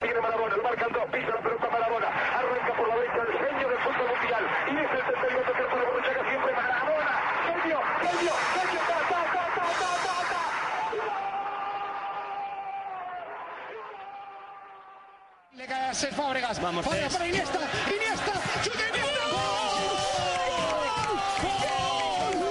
Tiene Marabona, lo marcan dos, pisa la pelota Marabona, arranca por la derecha el genio del fútbol mundial, y es el tercero que para Borruchaga siempre Marabona, genio, genio, genio, ta, ta, ta, ta, ta, ta, ta. Le cae a Cesc Fábregas. Vamos, Fábregas para Iniesta. Iniesta. Chute de Iniesta. ¡Gol! ¡Gol! ¡Gol!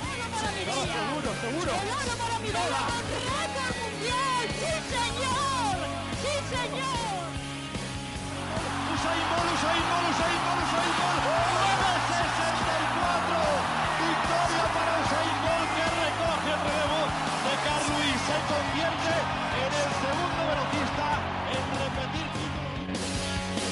Seguro, seguro. para Milán. ¡Raca mundial! ¡Sí, señor! ¡Sí, señor! Usain Bolt, Usain Bolt, Usain Bolt, Usain Bolt. 9.64. Victoria para Usain Bolt que recoge el relevo de Carl Lewis. Se convierte en el segundo velocista en repetir título.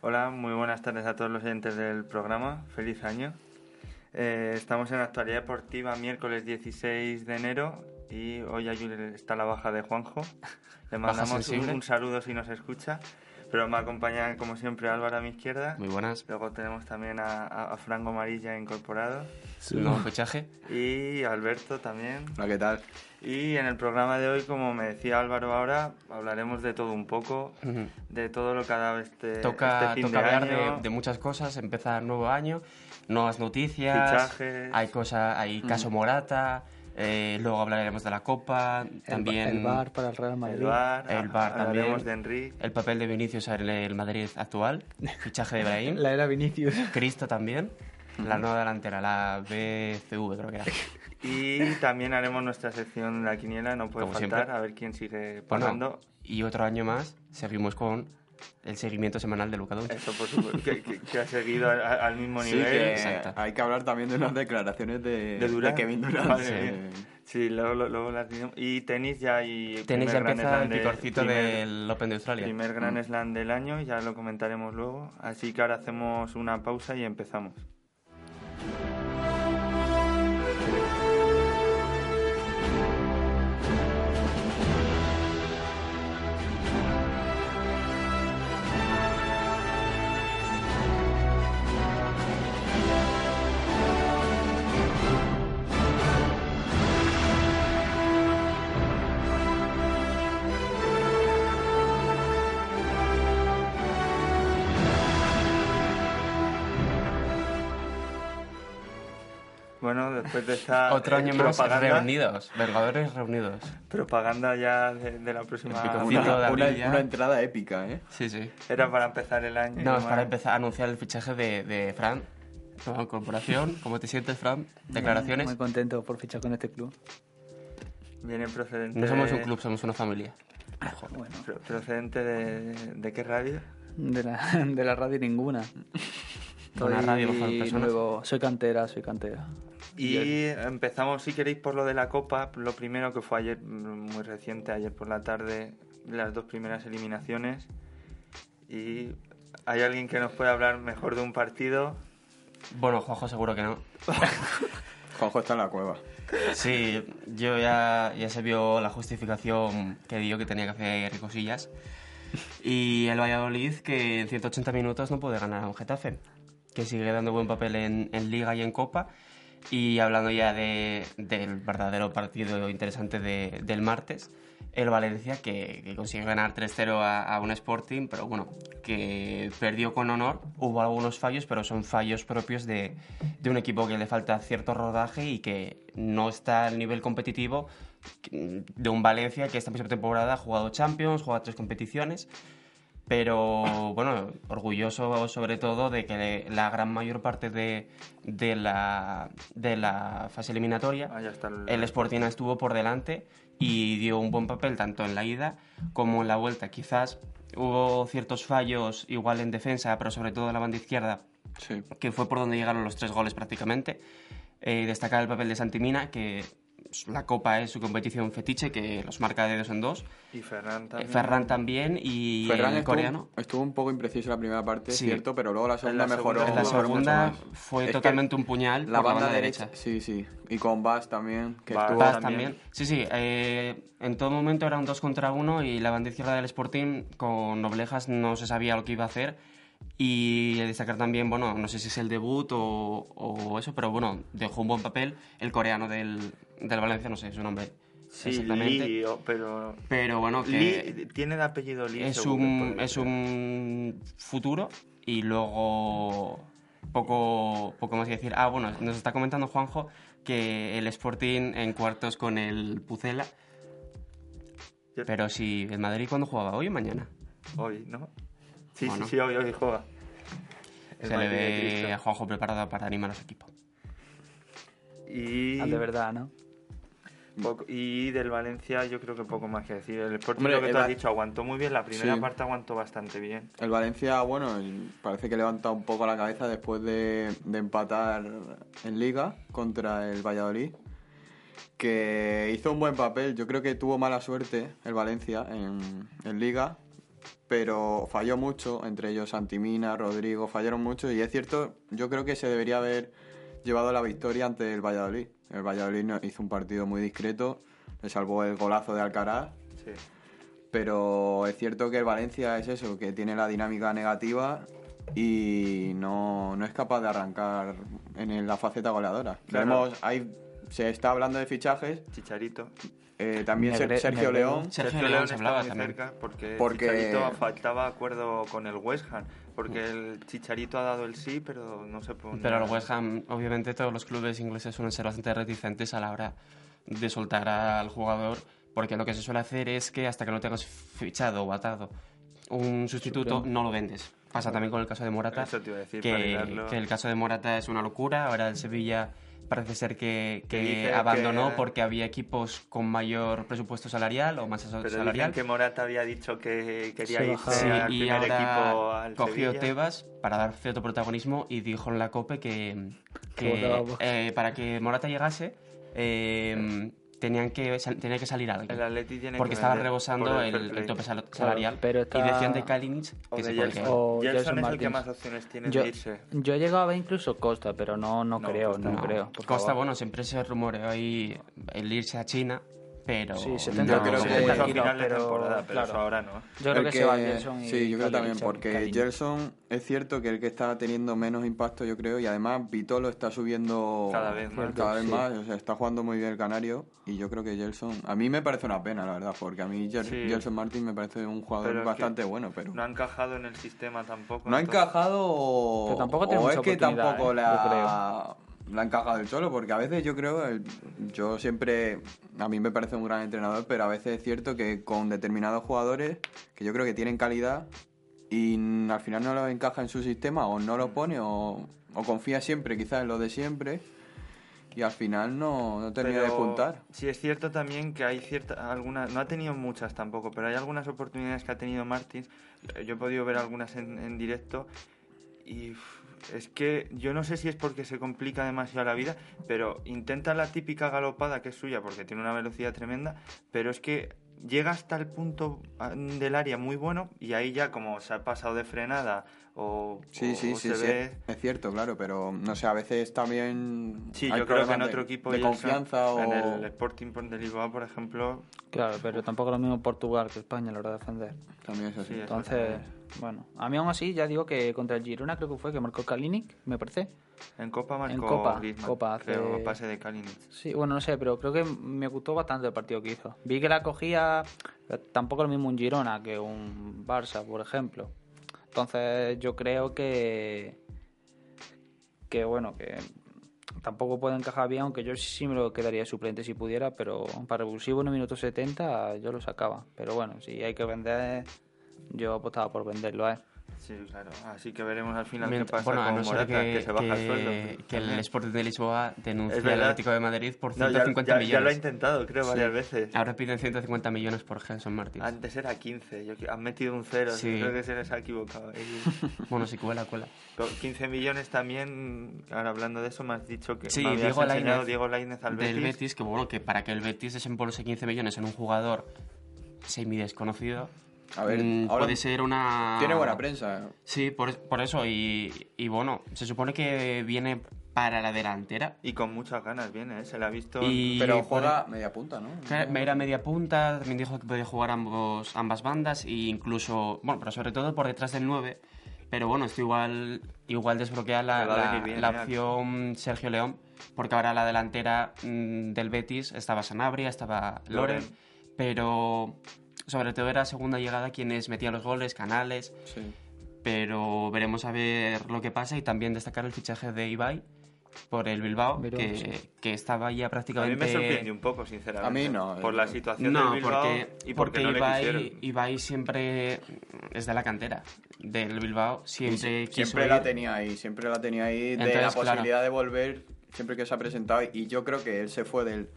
Hola, muy buenas tardes a todos los oyentes del programa. Feliz año. Eh, estamos en Actualidad Deportiva, miércoles 16 de enero. Y hoy hay- está la baja de Juanjo. Le mandamos un, sensible. un saludo si nos escucha. Pero me acompañan, como siempre, Álvaro a mi izquierda. Muy buenas. Luego tenemos también a, a- a Franco Amarilla incorporado. Nuevo fechaje. Eh, Y Alberto también. Hola, ¿qué tal? Y en el programa de hoy, como me decía Álvaro ahora, hablaremos de todo un poco, de todo lo que ha dado este, Toca, este fin toca de hablar año. de, de muchas cosas. Empieza nuevo año, nuevas noticias. Fichajes. Mm. Hay cosas, hay caso Morata. eh, luego hablaremos de la Copa. También El bar para el Real Madrid. El bar, El VAR hablaremos también. de Enrique. el papel de Vinicius en el Madrid actual. Fichaje de Ibrahim. La era Vinicius. Cristo también. La Mm. nueva delantera, la BCV creo que era. Y también haremos nuestra sección de la quiniela, no puede Como faltar, siempre. a ver quién sigue Bueno, pasando. y otro año más seguimos con el seguimiento semanal de Luca Doncic. Eso por supuesto, que, que- que ha seguido al, al mismo Sí, que nivel. Exacto. hay que hablar también de unas declaraciones Ah. de, De Durant. Kevin Durant. Madre Sí. mía. Sí, luego, luego- luego las diremos. Y tenis ya hay... primer Tenéis ya Grand empezado Slam el de- picorcito primer- del Mm. Open de Australia. Primer gran slam del año, ya lo comentaremos luego. Así que ahora hacemos una pausa y empezamos. Bueno, después de esta eh, Otro año más propaganda, reunidos, Vengadores reunidos. propaganda ya de, de la próxima... El picorcito. Una, Cinco de una- abril ya. una entrada épica, ¿eh? Sí, sí. Era para empezar el año. y No, es mal. para empezar a anunciar el fichaje de, de Fran. Nueva corporación. ¿Cómo te sientes, Fran? Declaraciones. Muy contento por fichar con este club. Viene procedente... No somos un de- club, somos una familia. Bueno, pro- procedente de, de qué radio? de la, de la radio ninguna. Una Estoy radio mejor personas. nuevo. Soy cantera, soy cantera. Y empezamos, si queréis, por lo de la Copa. Lo primero que fue ayer, mm, muy reciente, ayer por la tarde, las dos primeras eliminaciones. Y hay alguien que nos puede hablar mejor de un partido. Bueno, Juanjo seguro que no. Juanjo está en la cueva. Sí, yo ya, ya se vio la justificación que dio que tenía que hacer cosillas. Y el Valladolid que en 180 minutos no puede ganar a un Getafe, que sigue dando buen papel en, en Liga y en Copa. Y hablando ya de- del verdadero partido interesante de- del martes, el Valencia que, que consigue ganar 3-0 a, a un Sporting, pero bueno, que perdió con honor. Hubo algunos fallos, pero son fallos propios de, de un equipo que le falta cierto rodaje y que no está al nivel competitivo de un Valencia que esta misma temporada ha jugado Champions, jugado tres competiciones. Pero bueno, orgulloso sobre todo de que la gran mayor parte de, de la, de la fase eliminatoria Ah, ya está el- el Sporting estuvo por delante y dio un buen papel tanto en la ida como en la vuelta. Quizás hubo ciertos fallos igual en defensa, pero sobre todo en la banda izquierda, Sí. que fue por donde llegaron los tres goles prácticamente. Eh, destacar el papel de Santimina, que la Copa es su competición fetiche, que los marca de dos en dos. Y Ferran Eh, también. Ferran también y Ferran el estuvo, coreano. estuvo un poco impreciso en la primera parte, Sí. cierto, pero luego la segunda segunda- mejoró. En la mejoró mucho segunda más. fue Es que totalmente un puñal La por banda, derecha. Sí, sí. Y con Bass también, que Bas estuvo... Paz también. también. Sí, sí. eh, en todo momento era un 2 contra 1 y la banda izquierda del Sporting con Oblejas no se sabía lo que iba a hacer. Y destacar también, bueno, no sé si es el debut o, o eso, pero bueno, dejó un buen papel el coreano del, del Valencia, no sé su nombre. Sí, Lee, o- pero... Pero bueno, que Lee, tiene de apellido Lee. es seguro, un, puede es ser. un futuro y luego poco, poco más que decir. Ah, bueno, nos está comentando Juanjo que el Sporting en cuartos con el Pucela. Yo- Pero si el Madrid cuando jugaba, hoy o mañana. Hoy, ¿no? Sí, ¿O sí, no? sí, hoy, hoy juega. El Se le Madrid de ve Cristo. a Juanjo preparado para animar a su equipo. Y, Ah, de verdad, ¿no? poco- y del Valencia yo creo que poco más que decir. El Sporting, Hombre, lo que el tú has Va- dicho, aguantó muy bien. La primera Sí. parte aguantó bastante bien. El Valencia, bueno, el- parece que levanta un poco la cabeza después de, de empatar en Liga contra el Valladolid, que hizo un buen papel. Yo creo que tuvo mala suerte el Valencia en, en Liga, pero falló mucho, entre ellos Santimina, Rodrigo, fallaron mucho y es cierto, yo creo que se debería haber llevado la victoria ante el Valladolid. El Valladolid no- hizo un partido muy discreto, le salvó el golazo de Alcaraz Sí. pero es cierto que el Valencia es eso, que tiene la dinámica negativa y no, no es capaz de arrancar en el- la faceta goleadora. Claro. Veremos, hay, se está hablando de fichajes, Chicharito. eh, también Ser- Negre- Sergio Negredo. León. Sergio León está se hablaba muy también. cerca porque, Porque- Chicharito faltaba acuerdo con el West Ham. Porque el Chicharito ha dado el sí, pero no se pone... Pero el West Ham, obviamente todos los clubes ingleses suelen ser bastante reticentes a la hora de soltar al jugador, porque lo que se suele hacer es que hasta que no tengas fichado o atado un sustituto, no lo vendes. Pasa también con el caso de Morata, Eso te iba a decir, para que, hilarlo. que el caso de Morata es una locura, ahora el Sevilla parece ser que, Que que dice abandonó que- porque había equipos con mayor presupuesto salarial o más Pero dicen salarial. que Morata había dicho que quería Se irse bajaba. Sí, al eh, y primer equipo ahora al cogió Sevilla. Tebas para dar cierto protagonismo y dijo en la COPE que, Que que, votaba por- eh, para que Morata llegase eh, tenían que, sal- tenía que salir alguien. El Atleti tiene porque que estaba vender rebosando por el el, fair el play. tope sal- salarial. pero está- Y decían de Kalinic O que de se Gelson. podía O- Gelson es Gelson el que Martins. más opciones tiene Yo, de irse. yo llegaba incluso Costa, pero no, no, No, creo, Costa no, No, creo. por Costa, favor. bueno, siempre se rumoreó ahí el irse a China, pero... Sí, no, 70, Yo creo Se se que- puso puede. a final de pero- temporada, pero claro. eso ahora no. Yo creo El que, se va Gerson y Sí, yo creo Kalinic, también, Kalinic. porque Gerson es cierto que el que está teniendo menos impacto, yo creo, y además Vitolo está subiendo Cada vez más. cada vez Sí. más, o sea, está jugando muy bien el Canario, y yo creo que Gerson, a mí me parece una pena, la verdad, porque a mí Ger- Sí. Gerson Martin me parece un jugador Pero es que bastante bueno, pero... No ha encajado en el sistema tampoco. No ha entonces- encajado o, Pero tampoco tiene o mucha es que oportunidad, tampoco ¿eh? la, Yo la ha encajado el Cholo, porque a veces yo creo, el- yo siempre, a mí me parece un gran entrenador, pero a veces es cierto que con determinados jugadores que yo creo que tienen calidad y n- al final no los encaja en su sistema o no lo pone o, o confía siempre quizás en lo de siempre y al final no, no termina de Pero puntar. Sí, es cierto también que hay cierta, algunas, no ha tenido muchas tampoco, pero hay algunas oportunidades que ha tenido Martins. Eh, Yo he podido ver algunas en, en directo y uf, es que yo no sé si es porque se complica demasiado la vida, pero intenta la típica galopada que es suya porque tiene una velocidad tremenda, pero es que llega hasta el punto ah, del área muy bueno y ahí ya como se ha pasado de frenada o, Sí, o- sí, o sí, se sí, ve... es cierto, claro, pero no sé, a veces también Sí, hay yo creo que problemas en de- otro equipo de Gelson, confianza o en el Sporting de Lisboa, por ejemplo, Claro, pero tampoco es lo mismo Portugal que España a la hora de defender. también es así. Sí, eso Entonces, bueno, a mí aún así ya digo que contra el Girona creo que fue que marcó Kalinic, me parece. En Copa marcó En Copa, Griezmann, Copa hace- creo, pase de Kalinic. Sí, bueno, no sé, pero creo que me gustó bastante el partido que hizo. Vi que la cogía, pero tampoco lo mismo un Girona que un Barça, por ejemplo. Entonces, yo creo que. Que bueno, que tampoco puede encajar bien, aunque yo sí me lo quedaría suplente si pudiera, pero para revulsivo en el minuto 70 yo lo sacaba. Pero bueno, si hay que vender, yo apostaba por venderlo ¿eh? a él. Sí, claro. Así que veremos al final Mient- qué pasa bueno, a con no ser Morata, que, se baja el sueldo. que el Sporting de Lisboa denuncia Es al verdad. Atlético de Madrid por No, ya- ya, ya lo ha 150 millones. Ah, intentado, creo, varias veces. Ahora piden 150 millones por Henson Martins. Antes era 15, yo, que- han metido un cero, Sí. creo que se les ha equivocado. Y- Bueno, sí, cuela, cuela. con 15 millones también, ahora hablando de eso, me has dicho que Sí, me habías Diego enseñado Lainez, Diego Lainez al Del Betis. Betis, que bueno, que para que el Betis desembolse 15 millones en un jugador semi desconocido, A ver, ahora puede ser una... Tiene buena prensa. Sí, por, por eso. Y, y bueno, se supone que viene para la delantera. Y con muchas ganas viene, ¿eh? se la ha visto. Y Pero por- juega media punta, ¿no? Claro, Era media punta, también dijo que podía jugar ambos, ambas bandas e incluso, bueno, pero sobre todo por detrás del 9. Pero bueno, esto igual, igual desbloquea la, Le va a la- venir bien, la eh, opción Sergio León, porque ahora la delantera mm, del Betis estaba Sanabria, estaba Loren, Loren. pero sobre todo era segunda llegada quienes metían los goles, Canales, Sí. pero veremos a ver lo que pasa y también destacar el fichaje de Ibai por el Bilbao, Veremos. que, que estaba ya A prácticamente... mí me sorprendió un poco, sinceramente. A mí no, Por eh. la situación No, del Bilbao porque, y porque, porque, no le Ibai, quisieron. Ibai siempre es de la cantera del Bilbao, siempre quiso Siempre la ir. tenía ahí, siempre la tenía ahí de la Entonces, claro. posibilidad de volver, siempre que se ha presentado. Y yo creo que él se fue del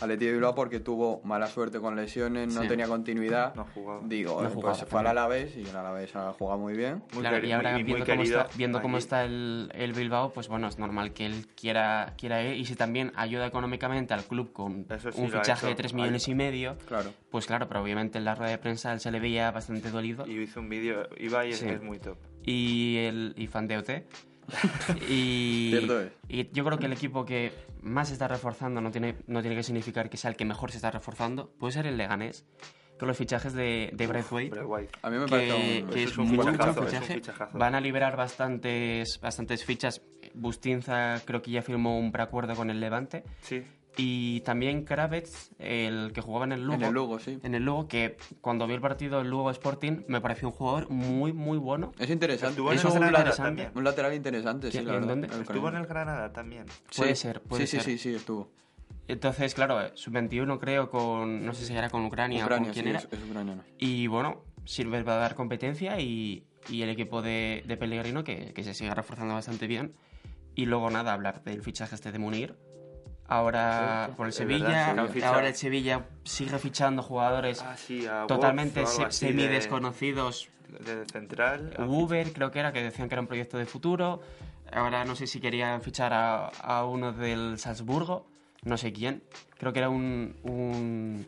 Atleti de Bilbao porque tuvo mala suerte con lesiones, no Sí. tenía continuidad. No jugaba. Digo, No eh, jugaba, pues se fue al también. Alavés y el Alavés ha jugado muy bien. Muy Claro, queri- y ahora muy- muy viendo, cómo querido está, viendo cómo aquí. está el, el Bilbao, pues bueno, es normal que él quiera, quiera ir. Y si también ayuda económicamente al club con Eso sí un lo ha fichaje de hecho. 3 millones y medio, Claro. pues claro, pero obviamente en la rueda de prensa él se le veía bastante dolido. Y hizo un vídeo, Ibai es, Sí. es muy top. y el y fan de E OT. y, Cierto es. y yo creo que el equipo que más se está reforzando no tiene, no tiene que significar que sea el que mejor se está reforzando. Puede ser el Leganés, con los fichajes de, de Braithwaite, Hombre, guay. A mí me parece que, un, que eso es es un un muy buen fichajazo, es un fichaje. fichajazo. Van a liberar bastantes, bastantes fichas. Bustinza creo que ya firmó un preacuerdo con el Levante. Sí, Y también Kravets, el que jugaba en el Lugo. En el Lugo, sí. En el Lugo, que cuando vi el partido del Lugo Sporting, me pareció un jugador muy, muy bueno. Es interesante. Estuvo en Es el un, Granada lateral- también. un lateral interesante, sí, ¿Quién- la en verdad. dónde? El estuvo en Granada. el Granada también. Puede ser, puede sí, ser. Sí, sí, sí, estuvo. Entonces, claro, sub-21 creo con, no sé si era con Ucrania, o Ucrania, con quién sí, era. es, es ucraniano. Y bueno, sirve para dar competencia y, y el equipo de, de Pellegrino que, que se sigue reforzando bastante bien. Y luego nada, hablar del fichaje este de Munir. Ahora por el es Sevilla, verdad, sí, lo han ahora fichado. el Sevilla sigue fichando jugadores Ah, sí, a totalmente Wolf o algo así se- semi Uh, de- desconocidos. De central. a- Uber creo que era, que decían que era un proyecto de futuro. Ahora no sé si querían fichar a, a uno del Salzburgo, no sé quién. Creo que era un, un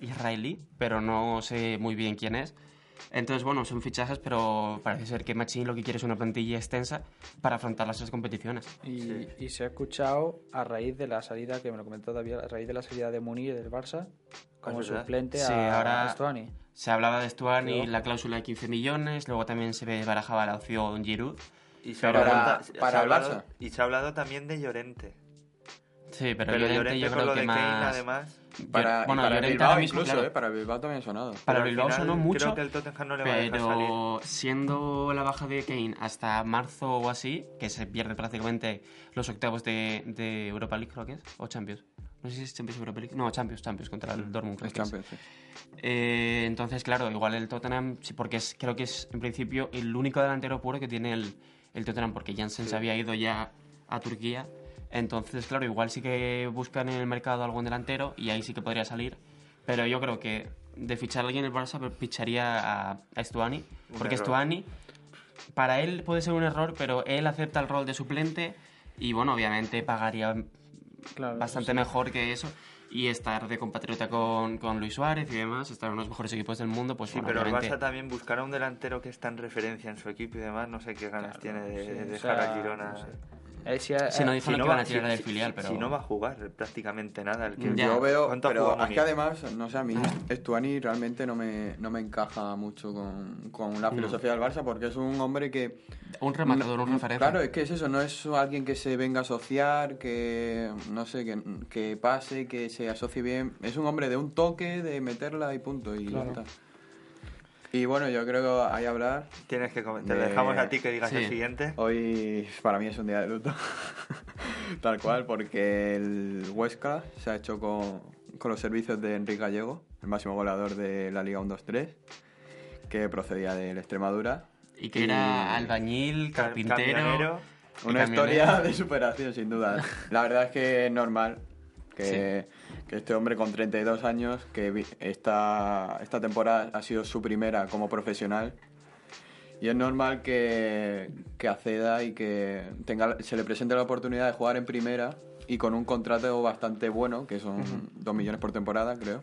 israelí, pero no sé muy bien quién es. Entonces, bueno, son fichajes, pero parece ser que Machín lo que quiere es una plantilla extensa para afrontar las tres competiciones. Y, y se ha escuchado a raíz de la salida, que me lo comentó David, a raíz de la salida de Munir del Barça, como Es verdad. suplente Sí, a ahora- Stuani. Se hablaba de Stuart y Ojo. la cláusula de 15 millones, luego también se barajaba la opción Giroud. Y se ha Pero hablado- para- se ha para el hablado- Barça. Y se ha hablado también de Llorente. Sí, Pero, pero, Llorente Llorente yo con creo lo que de Kane, más... además. Para, Llor- bueno, y para el Llorente Bilbao ahora mismo, incluso, claro. eh, para el Bilbao también ha sonado. Para Pero al Bilbao final sonó mucho, Creo que el Tottenham no le va a dejar salir. Pero siendo la baja de Kane hasta marzo o así, que se pierde prácticamente los octavos de, de Europa League, creo que es, o Champions. No sé si es Champions Europa League. No, Champions, Champions contra el Dortmund, creo Los que es. Champions, sí. Eh, entonces, claro, igual el Tottenham, sí, porque es, creo que es en principio el único delantero puro que tiene el, el Tottenham, porque Jansen se había ido ya a Turquía. Entonces, claro, igual sí que buscan en el mercado algún delantero y ahí sí que podría salir. Pero yo creo que de fichar a alguien el Barça pues, ficharía a, a Stuani, Un porque error. Stuani, para él puede ser un error, pero él acepta el rol de suplente y, bueno, obviamente pagaría Claro, bastante mejor que eso. Y estar de compatriota con, con Luis Suárez y demás, estar en los mejores equipos del mundo, pues Sí, bueno, pero el obviamente- Barça también buscará un delantero que está en referencia en su equipo y demás. No sé qué ganas tiene de, de o dejar sea, a Girona. no sé. Eh, si ha- Si no eh, dijeron que va- van a tirar si- del si- si- filial, pero... si no va a jugar eh, prácticamente nada. El que Ya. Yo veo, ¿Cuánto ha pero jugado es Munir? que además, no sé, a mí Stuani realmente no me, no me encaja mucho con, con la filosofía del Barça porque es un hombre que... Un rematador, un no- referente. Mm, Claro, es que es eso, no es alguien que se venga a asociar, que no sé, que, que pase, que se asocie bien. Es un hombre de un toque, de meterla y punto, y ya está. Y bueno, yo creo que ahí hablar. Tienes que com- Te lo Eh, dejamos a ti que digas sí. el siguiente. Hoy para mí es un día de luto, tal cual, porque el Huesca se ha hecho con, con los servicios de Enrique Gallego, el máximo goleador de la Liga 1-2-3, que procedía de la Extremadura. Y que era albañil, Ca- carpintero. camionero. y Una camionero. historia de superación, sin duda. La verdad es que es normal que, que este hombre con 32 años, que vi- esta, esta temporada ha sido su primera como profesional, y es normal que, que acceda y que tenga, se le presente la oportunidad de jugar en primera y con un contrato bastante bueno, que son 2 millones por temporada, creo.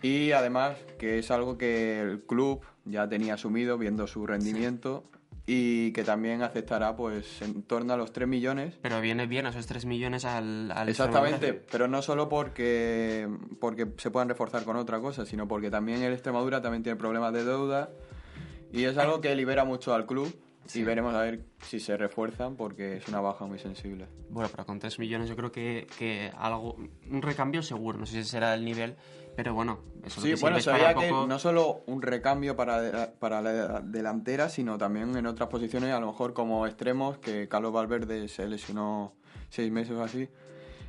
Y además que es algo que el club ya tenía asumido viendo su rendimiento y que también aceptará pues en torno a los 3 millones. Pero viene bien a esos 3 millones al... al Exactamente, Extremadura. pero no solo porque, porque se puedan reforzar con otra cosa, sino porque también el Extremadura también tiene problemas de deuda y es algo que libera mucho al club y veremos a ver si se refuerzan porque es una baja muy sensible. Bueno, pero con 3 millones yo creo que, que algo... Un recambio seguro, no sé si será el nivel, pero bueno, eso Sí, lo que sirve bueno, es sabía para que poco- no solo un recambio para, para la delantera, sino también en otras posiciones, a lo mejor como extremos, que Carlos Valverde se lesionó seis meses o así.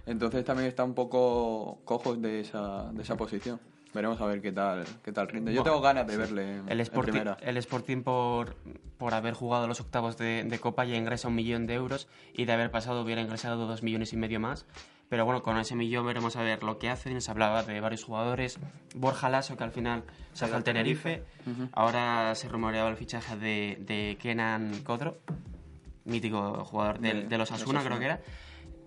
Entonces también está un poco cojos de esa, de esa posición. Veremos a ver qué tal, qué tal rinde. Yo Bueno, tengo ganas de verle en, El en Sporting, eh, primera. el Sporting por, por haber jugado los octavos de, de Copa ya ingresa un millón de euros y de haber pasado hubiera ingresado dos millones y medio más. Pero bueno, con ese millón veremos a ver lo que hacen. Se hablaba de varios jugadores. Borja Lasso, que al final se hace al Tenerife. Ahora se rumoreaba el fichaje de, de Kenan Cotro, mítico jugador del- De- de los de Asuna, creo Osasuna. que era.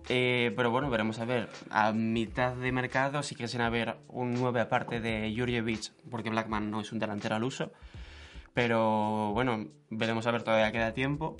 Eh, pero bueno, veremos a ver. A mitad de mercado sí que sin haber un 9 aparte de Jurjevic, porque Blackman no es un delantero al uso. Pero bueno, veremos a ver, todavía queda tiempo.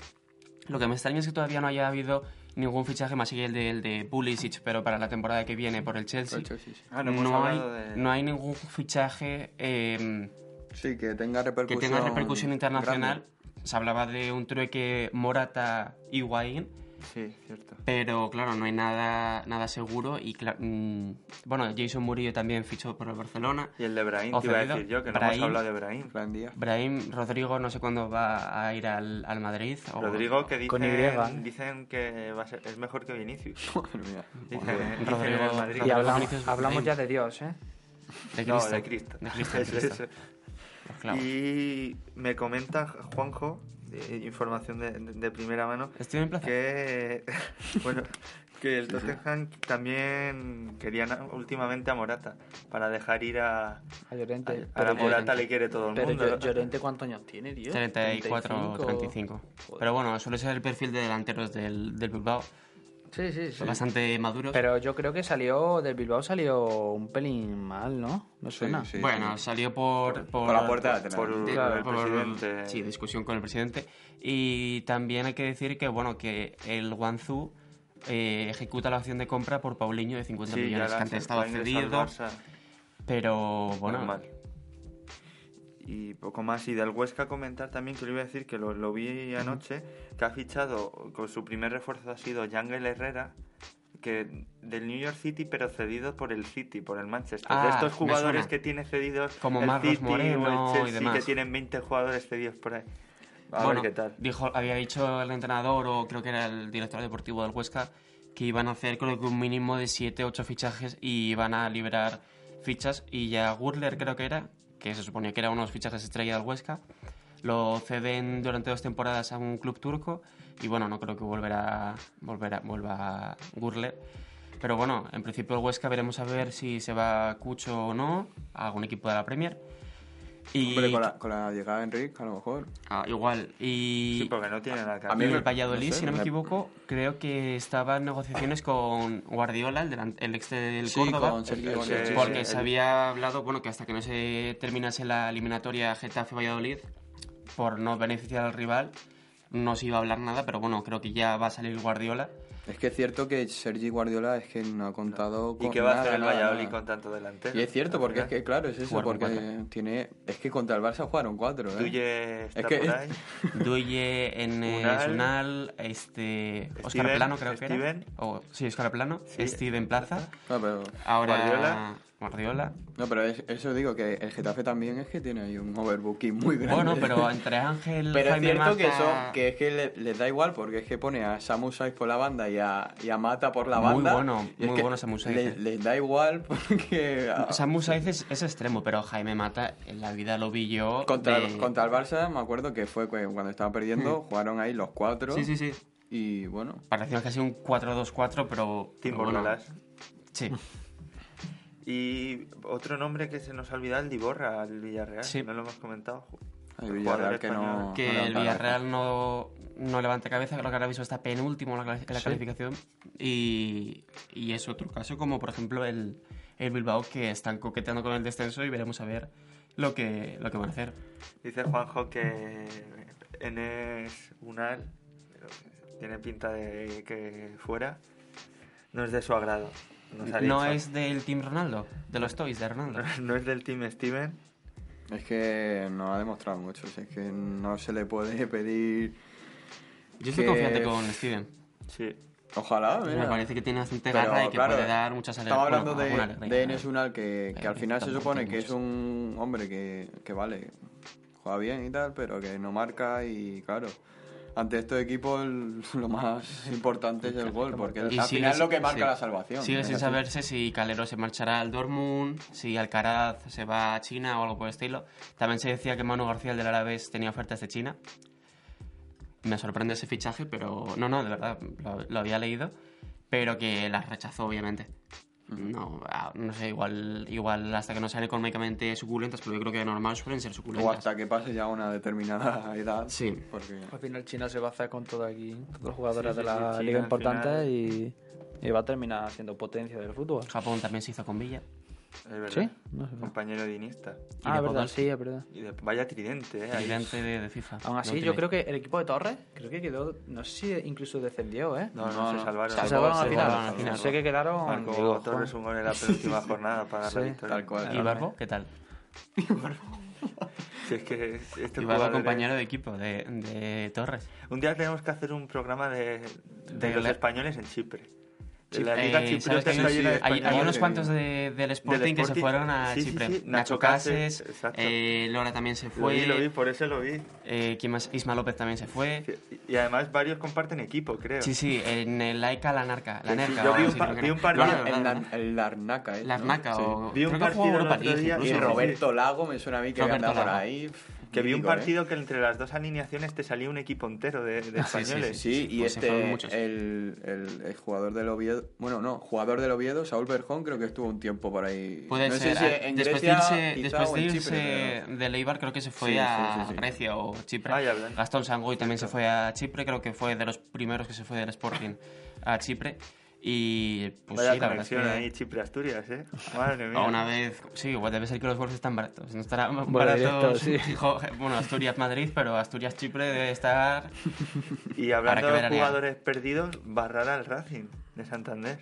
Lo que me extraña es que todavía no haya habido ningún fichaje más que el de, el de Pulisic, pero para la temporada que viene por el Chelsea. Por el Chelsea, sí. Ah, no hemos No hay, hablado de- no hay ningún fichaje eh, Sí, que tenga que repercusión. tenga repercusión internacional. grande. Se hablaba de un trueque Morata-Higuaín, Sí, cierto. pero claro, no hay nada, nada seguro. Y cla- mm, bueno, Jason Murillo también fichó por el Barcelona. Y el de Brahim, O te iba a cedido. decir yo, que no hemos Brahim. hablado de Brahim. Fran Díaz. Brahim Rodrigo no sé cuándo va a ir al, al Madrid. o- Rodrigo, que Con Y. dicen, dicen que va a ser- es mejor que Vinicius. Madre mía. Dicen, eh, dicen Rodrigo- en el Madrid. Y Rodrigo hablamos, pues Vinicius hablamos Brahim. ya de Dios, ¿eh? De No, Cristo. de Cristo. De Cristo, de Eso, Cristo. eso. Los clavos. Y me comenta Juanjo, eh, información de, de primera mano, Estoy en plaza. que, bueno, que el Tottenham también querían a- últimamente a Morata para dejar ir a... A Llorente. A la Pero- Morata le quiere todo el Pero mundo. Llor- Llorente, ¿cuántos años tiene, tío? 34 o 35. Joder. Pero bueno, suele ser el perfil de delanteros del, del Bilbao. Sí, sí, sí. Son bastante maduros. Pero yo creo que salió, del Bilbao salió un pelín mal, ¿no? Me Sí, suena. sí, bueno, sí. salió por, eh, por, Por la puerta de atrás. por de- el por- presidente. Sí, discusión con el presidente. Y también hay que decir que, bueno, que el Guangzhou eh, ejecuta la opción de compra por Paulinho de 50 Sí, ya millones, que la- antes estaba va a ingresar al cedido. Barça. Pero bueno, Normal. Y poco más. Y del Huesca comentar también que le iba a decir que lo, lo vi anoche, que ha fichado, con su primer refuerzo ha sido Yangel Herrera, que del New York City, pero cedido por el City, por el Manchester. Ah, de estos me jugadores suena. que tiene cedidos Como el Marcos City Moreno o el y Chelsea, que demás. tienen 20 jugadores cedidos por ahí. A bueno, ver qué tal. Dijo, había dicho el entrenador o creo que era el director deportivo del Huesca que iban a hacer creo que un mínimo de 7, 8 fichajes y iban a liberar fichas y ya Gurler creo que era, que se suponía que era uno de los fichajes estrella del Huesca, lo ceden durante dos temporadas a un club turco y bueno, no creo que volverá, volverá, vuelva Gurler. Pero bueno, en principio el Huesca veremos a ver si se va Cucho o no a algún equipo de la Premier. Y Hombre, con la, con la llegada de Enrique, a lo mejor. Ah, igual. Y Sí, porque no tiene nada que A mí y hacer. el Valladolid, no sé, si no me me- equivoco, creo que estaba en negociaciones con Guardiola, el, delan- el ex del Sí, Córdoba. eh, con Sergio el- Gómez. el- porque el- se había hablado, bueno, que hasta que no se terminase la eliminatoria Getafe-Valladolid, por no beneficiar al rival, no se iba a hablar nada, pero bueno, creo que ya va a salir Guardiola. Es que es cierto que Sergi Guardiola es que no ha contado ¿Y con qué va a nada, hacer el nada, Valladolid nada. con tanto delantero? Y es cierto, Al porque es final, que, claro, es eso, Jugar con porque tiene... Es que contra el Barça jugaron cuatro, ¿eh? Duye está Es que- por ahí. Duye, en Unal. Sunal, este, Oscar Steven, Plano creo que Steven. era. O- sí, Oscar Plano, Sí, Steven Plaza. No, pero... Ahora Guardiola. Guardiola. No, pero es- eso digo, que el Getafe también es que tiene ahí un overbooking muy grande. Bueno, pero entre Ángel, Pero es Jaime cierto que, Mata- son, que es que le- les da igual porque es que pone a Samu Saiz por la banda y a, y a Mata por la Muy banda. bueno, y es muy que bueno Samu Saiz, le- eh. Les, da igual porque... a- Samu Saiz es, es extremo, pero Jaime Mata en la vida lo vi yo. contra, de- contra el Barça me acuerdo que fue cu- cuando estaban perdiendo, jugaron ahí los cuatro. Sí, sí, sí. Y bueno, Parecía casi un 4-2-4, pero. Tim pero bueno, Borralás. Sí. Y otro nombre que se nos ha olvidado, el Diborra, al Villarreal. Sí. No lo hemos comentado. el Jugador Villarreal que español. no... no Que el levanta la cabeza. Villarreal no, no levanta cabeza, creo que ahora mismo está penúltimo en la, clas- en la Sí. calificación. Y, y es otro caso, como por ejemplo el, el Bilbao, que están coqueteando con el descenso y veremos a ver lo que, lo que van a hacer. Dice Juanjo que Enes Unal pero tiene pinta de que fuera. No es de su agrado. nos ha No dicho. es del Team Ronaldo, de los Toys de Ronaldo. no es del Team Steven. Es que no ha demostrado mucho, o sea, es que no se le puede pedir... Yo estoy Que- confiante con Steven. Sí. Ojalá, Me mira. parece que tiene bastante Pero, garra y que claro, puede dar muchas alegrías. Estaba hablando bueno, alguna de, alegría, de ¿no? Enes Unal, que, que al Eh, final se tampoco supone tiene que es muchas. un hombre que, que vale, juega bien y tal, pero que no marca y claro. Ante estos equipos el- lo más importante es el gol, porque Y al sigue final es lo sin- que marca sí. la salvación. Sigue Es sin así. saberse si Calero se marchará al Dortmund, si Alcaraz se va a China o algo por el estilo. También se decía que Manu García, el del Árabes, tenía ofertas de China. Me sorprende ese fichaje, pero... No, no, de verdad, lo, lo había leído. Pero que las rechazó, obviamente. No, ah, no sé, igual, igual hasta que no sean económicamente suculentas, pero yo creo que de normal suelen ser O suculentas. hasta que pase ya una determinada edad. Sí. Porque Al final China se va a hacer con todo aquí, todos los jugadores Sí, sí, de la sí, China liga al importante final. y, y va a terminar siendo potencia del fútbol. Japón también se hizo con Villa. Es verdad. ¿Sí? No sé. Compañero dinista. Y Ah, de verdad, Podolski. sí, es verdad. Y de- vaya tridente, ¿eh? Ahí. Ayudante de, de FIFA. Aún así, de yo Ultimate. creo que el equipo de Torres, creo que quedó, no sé si incluso descendió, ¿eh? No, no, No, se no. salvaron. se salvó, salvaron al se final. salvaron al final. Sé que quedaron... Marcó Digo, Torres Juan, un gol en la penúltima jornada para dar Sí, la victoria. tal cual. ¿Y Barbo? ¿Qué tal? Si es que este Y va jugador el es- compañero de equipo de, de Torres. Un día tenemos que hacer un programa de, de De los la- españoles en Chipre. De la liga Eh, ¿sabes chipriota que hay, está llena de hay- hay españoles. unos que- cuantos de- del, Sporting que se Sporting. fueron a Sí, sí, Chipre. sí, Nacho Nacho Cases, Cases, exacto. eh, Lora también se Lo vi, fue. lo vi, por eso lo vi. eh, ¿quién más? Isma López también se fue. Y además varios comparten equipo, creo. Sí, sí, en el Laika la narca. Sí, La sí, Nerca, yo vi o algo un así, pa- creo que vi era. un partido No, no, el, no, no, Nar- el Larnaca, ¿eh? La ¿no? Narca Sí. o... Vi un creo que jugó partido el Europa otro League día Y incluso. sí. Roberto Lago me suena a mí que Roberto anda por Lago. ahí. Que vi un mítico, ¿eh? partido que entre las dos alineaciones te salía un equipo entero de, de sí, españoles. Sí, y pues se fueron este, muchos. el, el, el jugador del Oviedo, bueno, no, jugador del Oviedo, Saúl Berjón, creo que estuvo un tiempo por ahí. Puede no ser. Sé si ah, en después de Grecia, irse, quizá, después o de en irse Chipre, pero- de Leibar, creo que se fue Sí, sí, a sí, sí. Grecia o Chipre. Ah, ya hablé. Gastón Sangui también se fue a Chipre, creo que fue de los primeros que se fue del Sporting a Chipre. Y pues Vaya sí, la verdad es conexión que- ahí, Chipre-Asturias, ¿eh? Madre mía. a una vez, sí, igual debe ser que los vuelos están baratos. No estará Vuelo barato, directo, sí. jo- bueno, Asturias-Madrid, pero Asturias-Chipre debe estar Y hablando Para que de vean, ya. jugadores perdidos, barrar al Racing de Santander.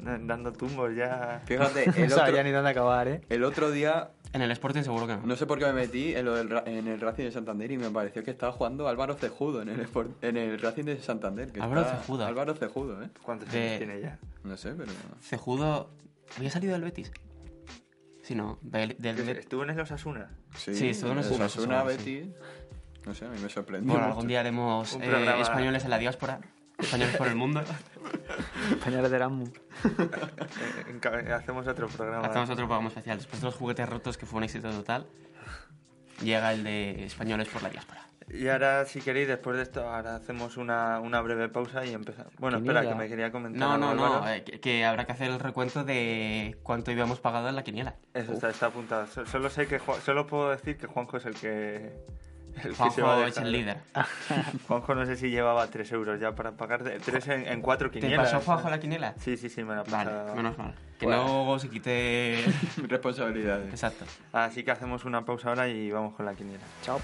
Na- Dando tumbos ya. Fíjate, No el otro, sabía ni dónde acabar, ¿eh? el otro día, en el Sporting seguro que no. no sé por qué me metí en, lo del Ra- en el Racing de Santander y me pareció que estaba jugando Álvaro Cejudo en el, Sport- en el Racing de Santander. Que Álvaro está- Cejudo. Álvaro Cejudo, ¿eh? ¿Cuántos De- años tiene ya? No sé, pero... Cejudo, ¿había salido del Betis? Sí, no, del, del- Pues Que Estuvo en el Osasuna. Sí, estuvo en el Osasuna, Osasuna, sí. Betis... No sé, a mí me sorprendió Bueno, mucho. algún día haremos Un eh, programa. españoles en la diáspora, españoles por el mundo. Españoles de Erasmus. Eh, en ca- Hacemos otro programa. Hacemos otro programa especial. Después de los juguetes rotos, que fue un éxito total, llega el de españoles por la diáspora. Y ahora, si queréis, después de esto, ahora hacemos una, una breve pausa y empezamos. Bueno, Qué espera, mierda. que me quería comentar. No, no, algo, no, Álvaro. eh, que, que habrá que hacer el recuento de cuánto habíamos pagado en la quiniela. Eso está, está apuntado. So- Solo, sé que Ju- solo puedo decir que Juanjo es el que. el que se va Juanjo de es el sangre. líder. Juanjo no sé si llevaba 3 euros ya para pagar 3 en, en 4 ¿Te quinielas. pasó Juanjo la quiniela? Sí, Ah, sí, sí, me la Vale, pasado. menos mal. Que no se quite... Responsabilidades. Exacto. Así que hacemos una pausa ahora y vamos con la quiniela. Chao.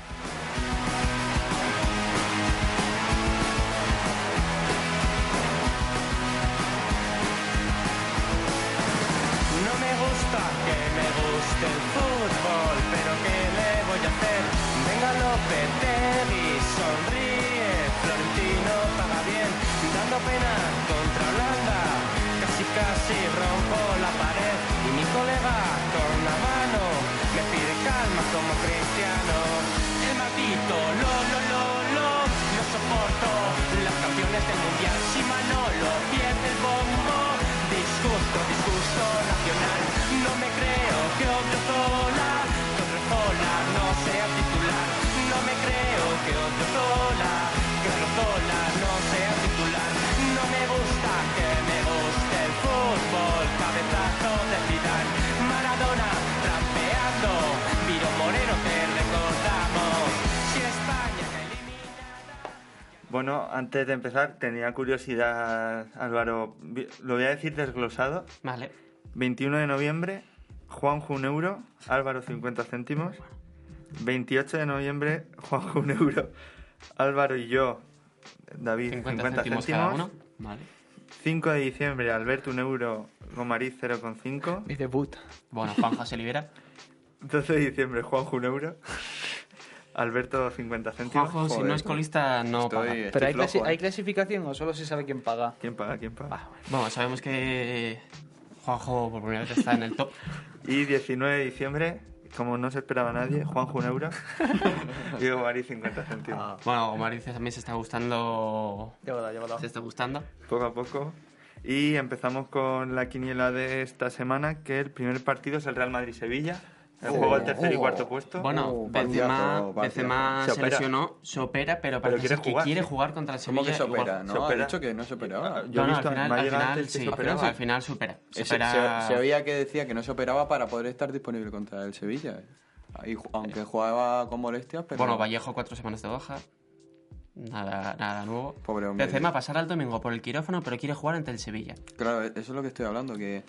No me gusta que me guste el fútbol, pero ¿qué le voy a hacer? Venga Lopetegui, sonríe, Florentino paga bien, dando pena contra Holanda, casi casi rompo la pared y mi colega Bueno, antes de empezar, tenía curiosidad, Álvaro, vi- lo voy a decir desglosado. Vale. 21 de noviembre, Juanjo un euro, Álvaro 50 céntimos. 28 de noviembre, Juanjo un euro, Álvaro y yo, David 50, 50, céntimos, céntimos. cada uno. Vale. 5 de diciembre, Alberto un euro, Gomariz 0,5. Mi debut. Bueno, Juanja se libera. 12 de diciembre, Juanjo un euro, Alberto 50 céntimos. Juanjo, si joder, no es colista, no Estoy, paga. estoy ¿Pero hay, clasi- flojo, ¿eh? hay clasificación o solo se sabe quién paga? ¿Quién paga? ¿Quién paga? Bueno, sabemos que Juanjo por primera vez está en el top. Y 19 de diciembre, como no se esperaba nadie, Juanjo un euro y Gomariz 50 céntimos. Bueno, Marice también se está gustando. Llévalo, llévalo. Se está gustando. poco a poco. Y empezamos con la quiniela de esta semana, que el primer partido es el Real Madrid-Sevilla. El juego del tercer y cuarto puesto. Bueno, Oh, Benzema, partidazo, partidazo. Benzema Se se, opera. lesionó, se opera, pero parece quiere ser que jugar, quiere sí. jugar contra el ¿Cómo Sevilla. que se igual- opera? se ¿No? opera. Ha dicho que no se operaba. Yo he No, no, visto, al final, me ha al llegado final antes que sí, se operaba. al final se opera. Se Se, opera- se- se oía que decía que no se operaba para poder estar disponible contra el Sevilla. eh. Ahí ju- aunque jugaba con molestias, pero... Bueno, Vallejo cuatro semanas de baja. Nada, nada nuevo. Pobre hombre. Benzema pasará el domingo por el quirófano, pero quiere jugar ante el Sevilla. Claro, e, eso es lo que estoy hablando, que...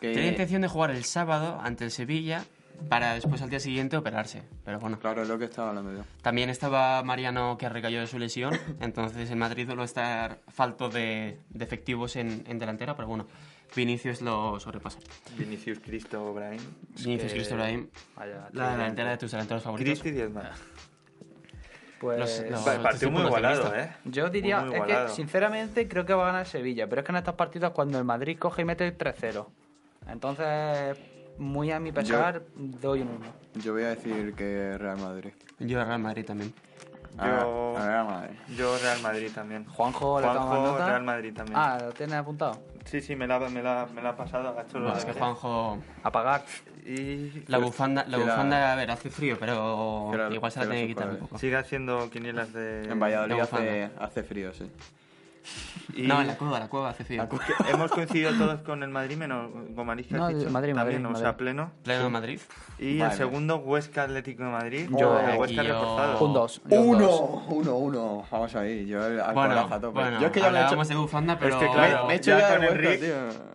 que- Tiene intención de jugar el sábado ante el Sevilla para después al día siguiente operarse. Pero bueno, Claro, es lo que estaba hablando yo. también estaba Mariano que recayó de su lesión. Entonces el Madrid lo estar falto de, de efectivos en, en delantera, pero bueno, Vinicius lo sobrepasa. Vinicius, Cristo, Brahim. Vinicius, Cristo Brahim, Vaya, la delantera de tus delanteros favoritos. Cristo y diez más. Pues... Los- los- Vale, partido muy los igualado, optimistas. ¿eh? Yo diría, Muy es que igualado. sinceramente creo que va a ganar Sevilla, pero es que en estos partidos cuando el Madrid coge y mete 3-0. Entonces, muy a mi pesar, doy un 1. Yo voy a decir que Real Madrid. Yo Real Madrid también. Yo- Ah, Real Madrid. Yo Real Madrid también. Juanjo, ¿le tomas Juanjo, nota? Real Madrid también. Ah, lo tienes apuntado. Sí, sí, me la, me la, me la ha pasado. Ha hecho lo Bueno, es que de- Juanjo Apagar. Y La bufanda, la que la- bufanda, a ver, hace frío, pero que la- igual se la que la tiene que sopa, quitar un eh. poco. sigue haciendo quinielas Eh, de... En Valladolid la hace, hace frío, sí. Y No, en la cueva, la cueva hace frío. Hemos coincidido todos con el Madrid, menos Gomariz, que has No, dicho. Madrid, también, Madrid, o sea, Madrid. pleno. Pleno de Madrid. Y Vale. el segundo, Huesca Atlético de Madrid. Yo- El Huesca Aquí yo- reforzado. Un 2. uno, uno. Vamos ahí, yo al Bueno, coraza a tope. bueno, yo es que ya me he hecho, hablábamos de bufanda, pero... que claro, me he hecho ya ya, con de vuelta, Enrique. tío.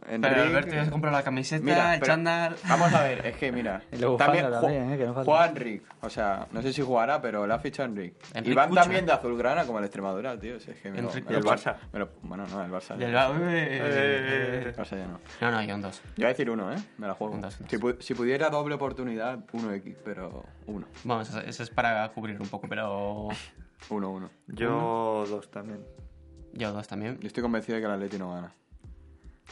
Pero Enrique. Alberto ya se compró la camiseta, Mira, el pero- chándal... Vamos a ver, es que mira. Y luego Fanda también, Ju- eh, que no falta. juega Enrique. O sea, no sé si jugará, pero la ha fichado Enrique. Enrique Y van Cucho. también de Azulgrana como el Extremadura, tío. Si es que me lo- Enrique me lo- Y el Barça. me lo- bueno, no, el Barça. del- Eh, El Barça ya no. No, no, yo un 2. Yo voy a decir uno, ¿eh? Me la juego. Un dos, un dos. Si, pu- si pudiera doble oportunidad, 1X, pero uno. Vamos, eso, eso es para cubrir un poco, pero... Uno, uno. Yo dos también. Yo dos también. Yo estoy convencido de que el Atleti no gana.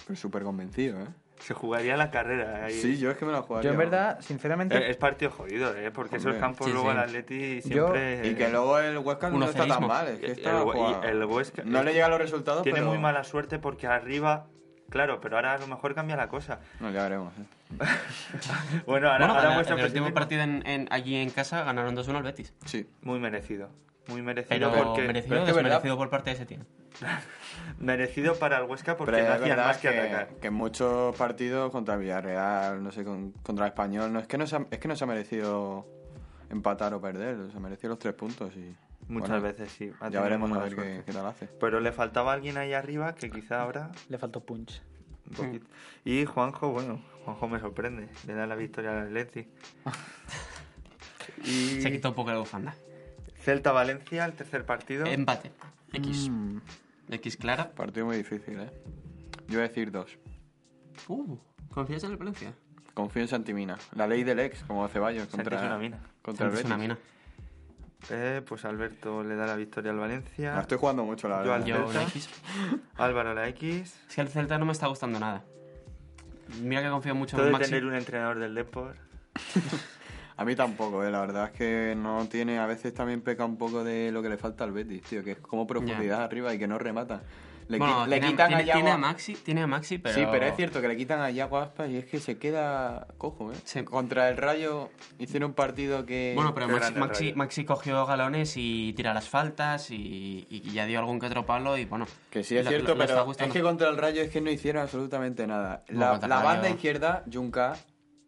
Pero súper convencido, ¿eh? Se jugaría la carrera. ahí. Sí, yo es que me la jugaría. Yo en verdad, Eh, sinceramente, Es partido jodido, ¿eh? Porque esos Hombre. campos Sí, luego sí. el Atleti Yo- siempre... eh, Y eh, que luego el Huesca no Uno está tan cerismo. mal. Es que está El- el- jugado. y el Huesca- eh, No le llegan los resultados, Tiene pero... muy mala suerte porque arriba... Claro, pero ahora a lo mejor cambia la cosa. No, ya veremos. ¿eh? Bueno, ahora, Bueno, ahora gana- muestra en el último pesimismo. partido en- en- allí en casa ganaron 2-1 al Betis. Sí. Muy merecido. Muy merecido Pero porque... merecido pero o es que verdad- desmerecido por parte de ese tío. Merecido para el Huesca porque Pero no es hacían verdad más que, que, atacar. que en muchos partidos contra el Villarreal, no sé, con- contra el Español, no, es, que no se ha, es que no se ha merecido empatar o perder. Se ha merecido los tres puntos y... Muchas bueno, veces sí. ha Ya tenido veremos a mala ver qué, suerte. qué tal hace. Pero le faltaba alguien ahí arriba que quizá ahora le faltó punch. un poquito. Y Juanjo, bueno, Juanjo me sorprende. Le da la victoria al Atleti. y Se quitó un poco la bufanda. Celta-Valencia, el tercer partido. Empate. X. Mm. X clara. Partido muy difícil, ¿eh? Yo voy a decir dos. Uh, ¿confías en el Valencia? Confío en Santimina. La ley del ex, como Ceballos. Santi Contra, es una mina. Contra el Es Betis. una mina. Eh, pues Alberto le da la victoria al Valencia. La estoy jugando mucho, la Yo verdad. al Yo una Celta. X. Álvaro la X. Es que el Celta no me está gustando nada. Mira que confío mucho Todo en de Maxi. tener un entrenador del Depor. A mí tampoco, eh. La verdad es que no tiene... A veces también peca un poco de lo que le falta al Betis, tío. Que es como profundidad arriba y que no remata. Le, Bueno, qui- le tiene, quitan tiene- a tiene a Yago- Maxi, tiene a Maxi, pero... Sí, pero es cierto que le quitan a Yago Aspas y es que se queda cojo, ¿eh? Sí. Contra el Rayo hicieron un partido que... Bueno, pero Qué Maxi, grande el Maxi- Rayo. Maxi cogió galones y tira las faltas y, y ya dio algún que otro palo y bueno. Que sí, es lo- cierto, lo- lo está pero es gustando. que contra el Rayo es que no hicieron absolutamente nada. No, La, contra el la Rayo- banda izquierda, Junca,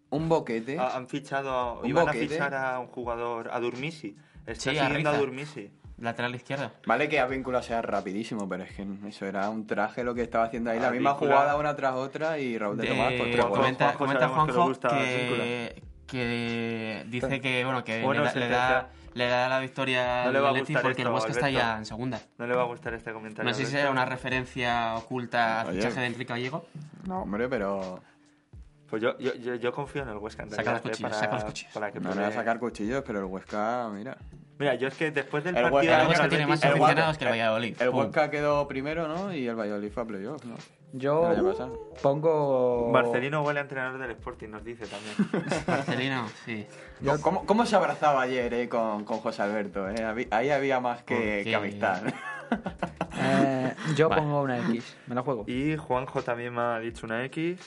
un boquete. Ah, han fichado, a- Un iban a boquete. fichar a un jugador, a Durmisi. Está Sí, a siguiendo a, Riza. Durmisi. lateral izquierdo. Vale que Avíncula sea rapidísimo, pero es que eso era un traje lo que estaba haciendo ahí. La misma Advíncula- jugada una tras otra y Raúl de, Eh, Tomás por tres Juanjo, goles. comenta, Juanjo, comenta sabemos que le Juanjo gusta que, que dice que bueno que Bueno, le, da, se le te- da- le da la victoria No al le va a Atleti gustar porque el esto, Huesca está Alberto. ya en segunda. No le va a gustar este comentario. No sé si Alberto. era una referencia oculta al Oye. fichaje de Enrique Gallego. No, hombre, pero Pues yo, yo, yo, yo confío en el Huesca. en Saca realidad, los ¿eh? cuchillos, para, saca los cuchillos. para que no pule- le va a sacar cuchillos, pero el Huesca, mira. Mira, yo es que después del El partido... Huesca- El el del Huesca tiene Atleti- más el Huesca- aficionados que el Valladolid. El Pum. Huesca quedó primero, ¿no? Y el Valladolid fue a playoff, ¿no? Yo No, ya pasa. pongo. Marcelino huele a entrenador del Sporting, nos dice también. Marcelino, sí. ¿Cómo- ¿Cómo, cómo se abrazaba ayer eh, con, con José Alberto? eh? Habí- Ahí había más que, Ok. que amistad. Eh, yo Vale. pongo una X. Me la juego. Y Juanjo también me ha dicho una X,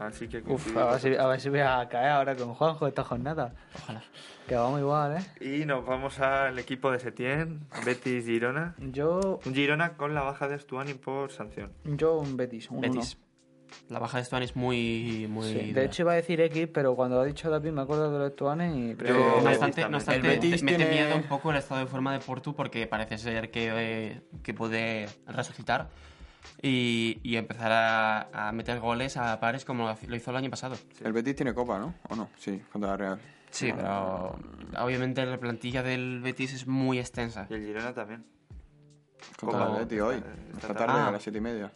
así que... Uf, coincidimos. a ver, si, a ver si voy a caer ahora con Juanjo esta jornada. Ojalá. Que vamos igual, ¿eh? Y nos vamos al equipo de Setién, Betis Girona. Yo, Un Girona con la baja de Stuani por sanción. yo un Betis. Un Betis. La baja de Stuani es muy. uno. muy Sí, dura. De hecho iba a decir X, pero cuando ha dicho David me acuerdo de los Estuanes y... Yo- Betis no obstante, también. no obstante, El Betis mete tiene- miedo un poco el estado de forma de Portu porque parece ser que, eh, que puede resucitar y, y empezar a, a meter goles a pares como lo hace- lo hizo el año pasado. El Betis tiene copa, ¿no? ¿O no? Sí, contra la Real. Sí, pero obviamente la plantilla del Betis es muy extensa. Y el Girona también. Contra Copa. el Betis hoy. Esta- Eh, esta Esta tarde tarde. a las siete y media.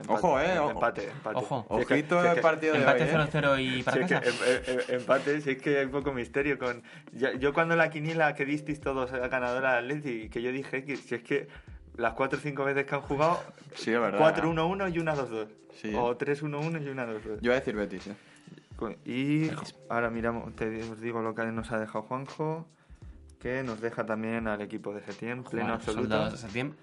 Empate, Ojo, eh, ojo. Empate, empate. Ojo. Si es que- Ojito si es el que- partido de hoy. Empate eh. 0-0 y si para es que- casa. em- em- em- empate, si es que hay poco misterio con... Yo, yo cuando la quiniela que disteis todos a ganadora al Atleti, que yo dije que si es que las 4 o 5 veces que han jugado, Sí, es verdad. ¿eh? 4-1-1 y 1-2-2. Sí. O 3-1-1 y 1-2-2. Yo voy a decir Betis, eh. Con- Y ahora miramos, te os digo lo que nos ha dejado Juanjo, que nos deja también al equipo de Setién, pleno Bueno, absoluto, soldados de Setién.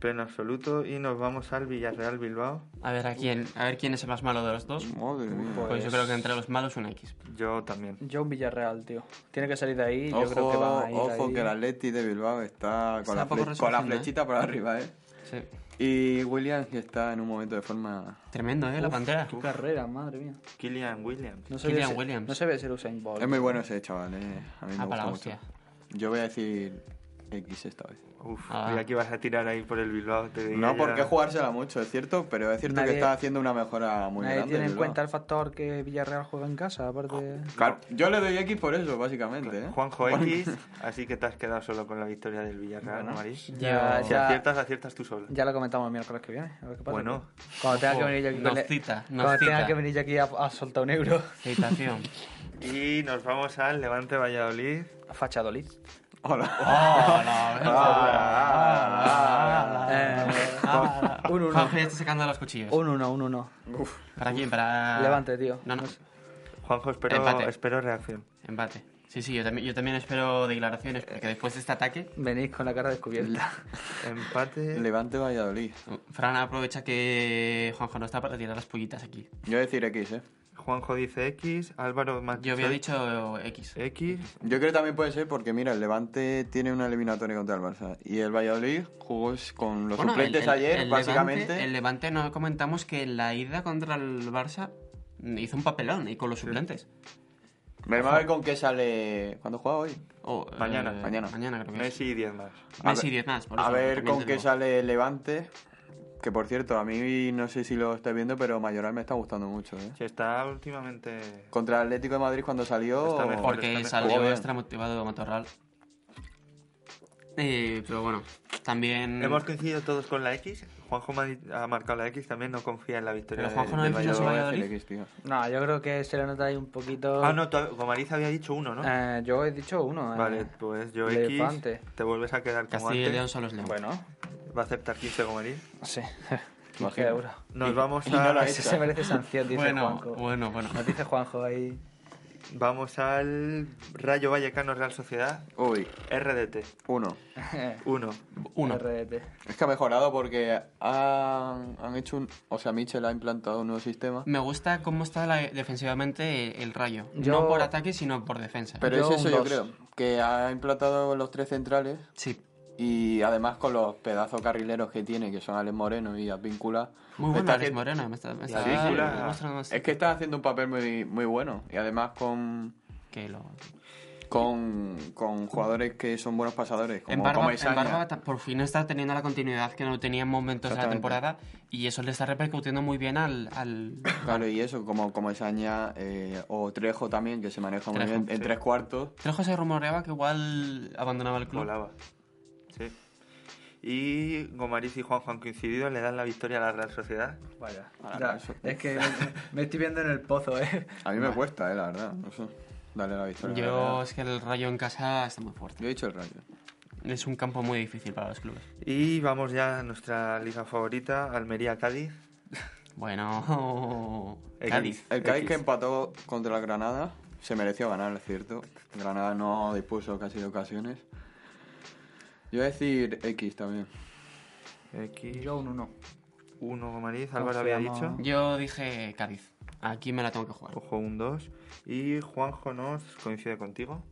pleno absoluto, y nos vamos al Villarreal Bilbao. A ver, a quién, a ver quién es el más malo de los dos. Madre mía. Pues yo creo que entre los malos un X. Yo también. Yo un Villarreal, tío. Tiene que salir de ahí. Yo Ojo, creo que van a ir ojo ahí. que el Atleti de Bilbao está Está con, la, un poco fle- con la resurgiendo, ¿eh? flechita para arriba, eh. Sí. Y Williams que está en un momento de forma... Tremendo, ¿eh? La pantera. Qué carrera, madre mía. Killian Williams. No Kylian sabía ser- Williams. No sabía ser Usain Bolt. Es muy bueno ese chaval, eh. A mí me Ah, para gusta la mucho. hostia. Yo voy a decir X esta vez. Uf, Ah. creía que ibas a tirar ahí por el Bilbao. te veía No, ya- porque jugársela mucho, es cierto, pero es cierto Nadie- que está haciendo una mejora muy Nadie grande. tiene en Bilbao. cuenta el factor que Villarreal juega en casa, aparte... Claro, yo le doy X por eso, básicamente. ¿eh? Juanjo X, así que te has quedado solo con la victoria del Villarreal, ¿no, Maris? Ah, Ya- Si aciertas, aciertas tú solo. Ya lo comentamos el miércoles que viene. A ver qué pasa. Bueno. Cuando tenga Ojo, que venir yo aquí. nos con el- cita, nos cuando tenga cita. que venir yo aquí a, a soltar un euro. Felicitación. Y nos vamos al Levante Valladolid. Fachadolid. Hola. un uno. Juanjo ya está sacando los cuchillos. Un 1, un 1. ¿Para quién? Para... Levante, tío. No, no. No sé. Juanjo, espero, Empate. espero reacción. Empate. Sí, sí, yo también, yo también espero declaraciones, porque después de este ataque, Venís con la cara descubierta. Empate. Levante Valladolid. Fran aprovecha que Juanjo no está para tirar las pullitas aquí. Yo voy a decir X, ¿eh? Juanjo dice X. Álvaro Macho Yo había dicho X. X. Yo creo que también puede ser porque, mira, el Levante tiene una eliminatoria contra el Barça. Y el Valladolid jugó con los Bueno, suplentes el- el- ayer, el básicamente. Levante- el Levante no comentamos que en la ida contra el Barça mm, hizo un papelón y con los suplentes. Veremos a ver con qué sale. ¿Cuándo juega hoy? O, eh, Mañana. Mañana. Mañana creo que es. Messi y 10 más. Messi ver- 10 más. por A eso, ver también con te qué digo. sale el Levante. Que por cierto, a mí no sé si lo estáis viendo, pero Mayoral me está gustando mucho. ¿eh? Si está últimamente. Contra el Atlético de Madrid cuando salió. Está mejor. Porque Pero está salió mejor. extra motivado Matorral. Eh, pero bueno, también. Hemos coincidido todos con la X. Juanjo ma- ha marcado la X, también no confía en la victoria. Pero Juanjo del- del no ha dicho Yo voy Valladolid. a decir Valladolid. X, tío. No, yo creo que se le nota ahí un poquito. Ah, no, tú- Gomariz había dicho uno, Ah, ¿no? Eh, yo he dicho uno. eh. Vale, pues yo Levante. X. Te vuelves a quedar como Castilla y León antes. son los León. Bueno, Va a aceptar 15 Gomariz. sí. 15 Imagino. euros. Nos vamos y no lo a. ha hecho. Ese se merece sanción, dice bueno, Juanjo. bueno, bueno. Nos dice Juanjo ahí. Vamos al Rayo Vallecano Real Sociedad. Uy, RDT. uno. 1. Uno. RDT. Es que ha mejorado porque han, han hecho un. O sea, Michel ha implantado un nuevo sistema. Me gusta cómo está la- defensivamente el Rayo. Yo- No por ataque, sino por defensa. Pero Yo es eso, un yo dos. creo. Que ha implantado los tres centrales Sí. y además con los pedazos carrileros que tiene, que son Alex Moreno y Advíncula. Muy bueno, está Alex haci- Moreno. Me está, me Ah, está- sí, sí, me la- Eh, está mostrando más Es que está haciendo un papel muy, muy bueno. Y además con. que lo- con, con jugadores que son buenos pasadores, como, En Barba, como en Isaña. Barba ta- por fin está teniendo la continuidad que no tenía en momentos de la Exactamente. temporada y eso le está repercutiendo muy bien al... al... Claro, y eso, como, como Isaña eh, o Trejo también, que se maneja muy Trejo, bien en sí. tres cuartos. Trejo se rumoreaba que igual abandonaba el club. Volaba. Sí. Y Gomariz y Juanjo han coincidido, le dan la victoria a la Real Sociedad. Vaya. Ah, ya, eso- es que me, me estoy viendo en el pozo, ¿eh? A mí me cuesta, eh, la verdad. No sé. Dale la victoria. la Yo verdad. es que el Rayo en casa está muy fuerte. Yo he dicho el rayo. Es un campo muy difícil para los clubes. Y vamos ya a nuestra liga favorita, Almería-Cádiz. Bueno, El- Cádiz. El Cádiz X. que empató contra el Granada se mereció ganar, es cierto. Granada no dispuso casi de ocasiones. Yo voy a decir X también. Aquí Yo un uno. 1 Gomariz, ¿Cómo Álvaro se había llama? dicho. Yo dije Cádiz. Aquí me la tengo que jugar. Ojo, un 2. Y Juanjo nos coincide contigo.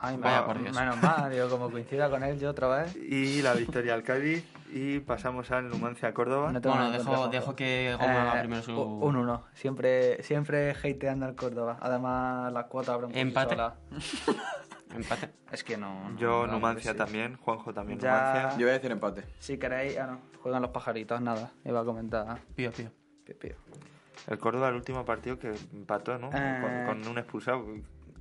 Ay, Vaya menos- por Dios. Menos mal, digo, como coincida con él yo otra vez. Y la victoria al Cádiz. Y pasamos al Numancia-Córdoba. No tengo Bueno, nada en contra, dejo, Juanjo. dejo que Goma haga Eh, primero su... u- Un 1. Siempre, siempre hateando al Córdoba. Además, las cuotas abren por sí Empate. solas. Empate. Es que no. no, Yo no, Numancia sí. también, Juanjo también Ya. Numancia. Yo voy a decir empate. Si queréis, ah, no. Juegan los pajaritos, nada. Iba a comentar. Pido, pido. Pío, pío. El Córdoba el último partido que empató, ¿no? Eh, Con, con un expulsado.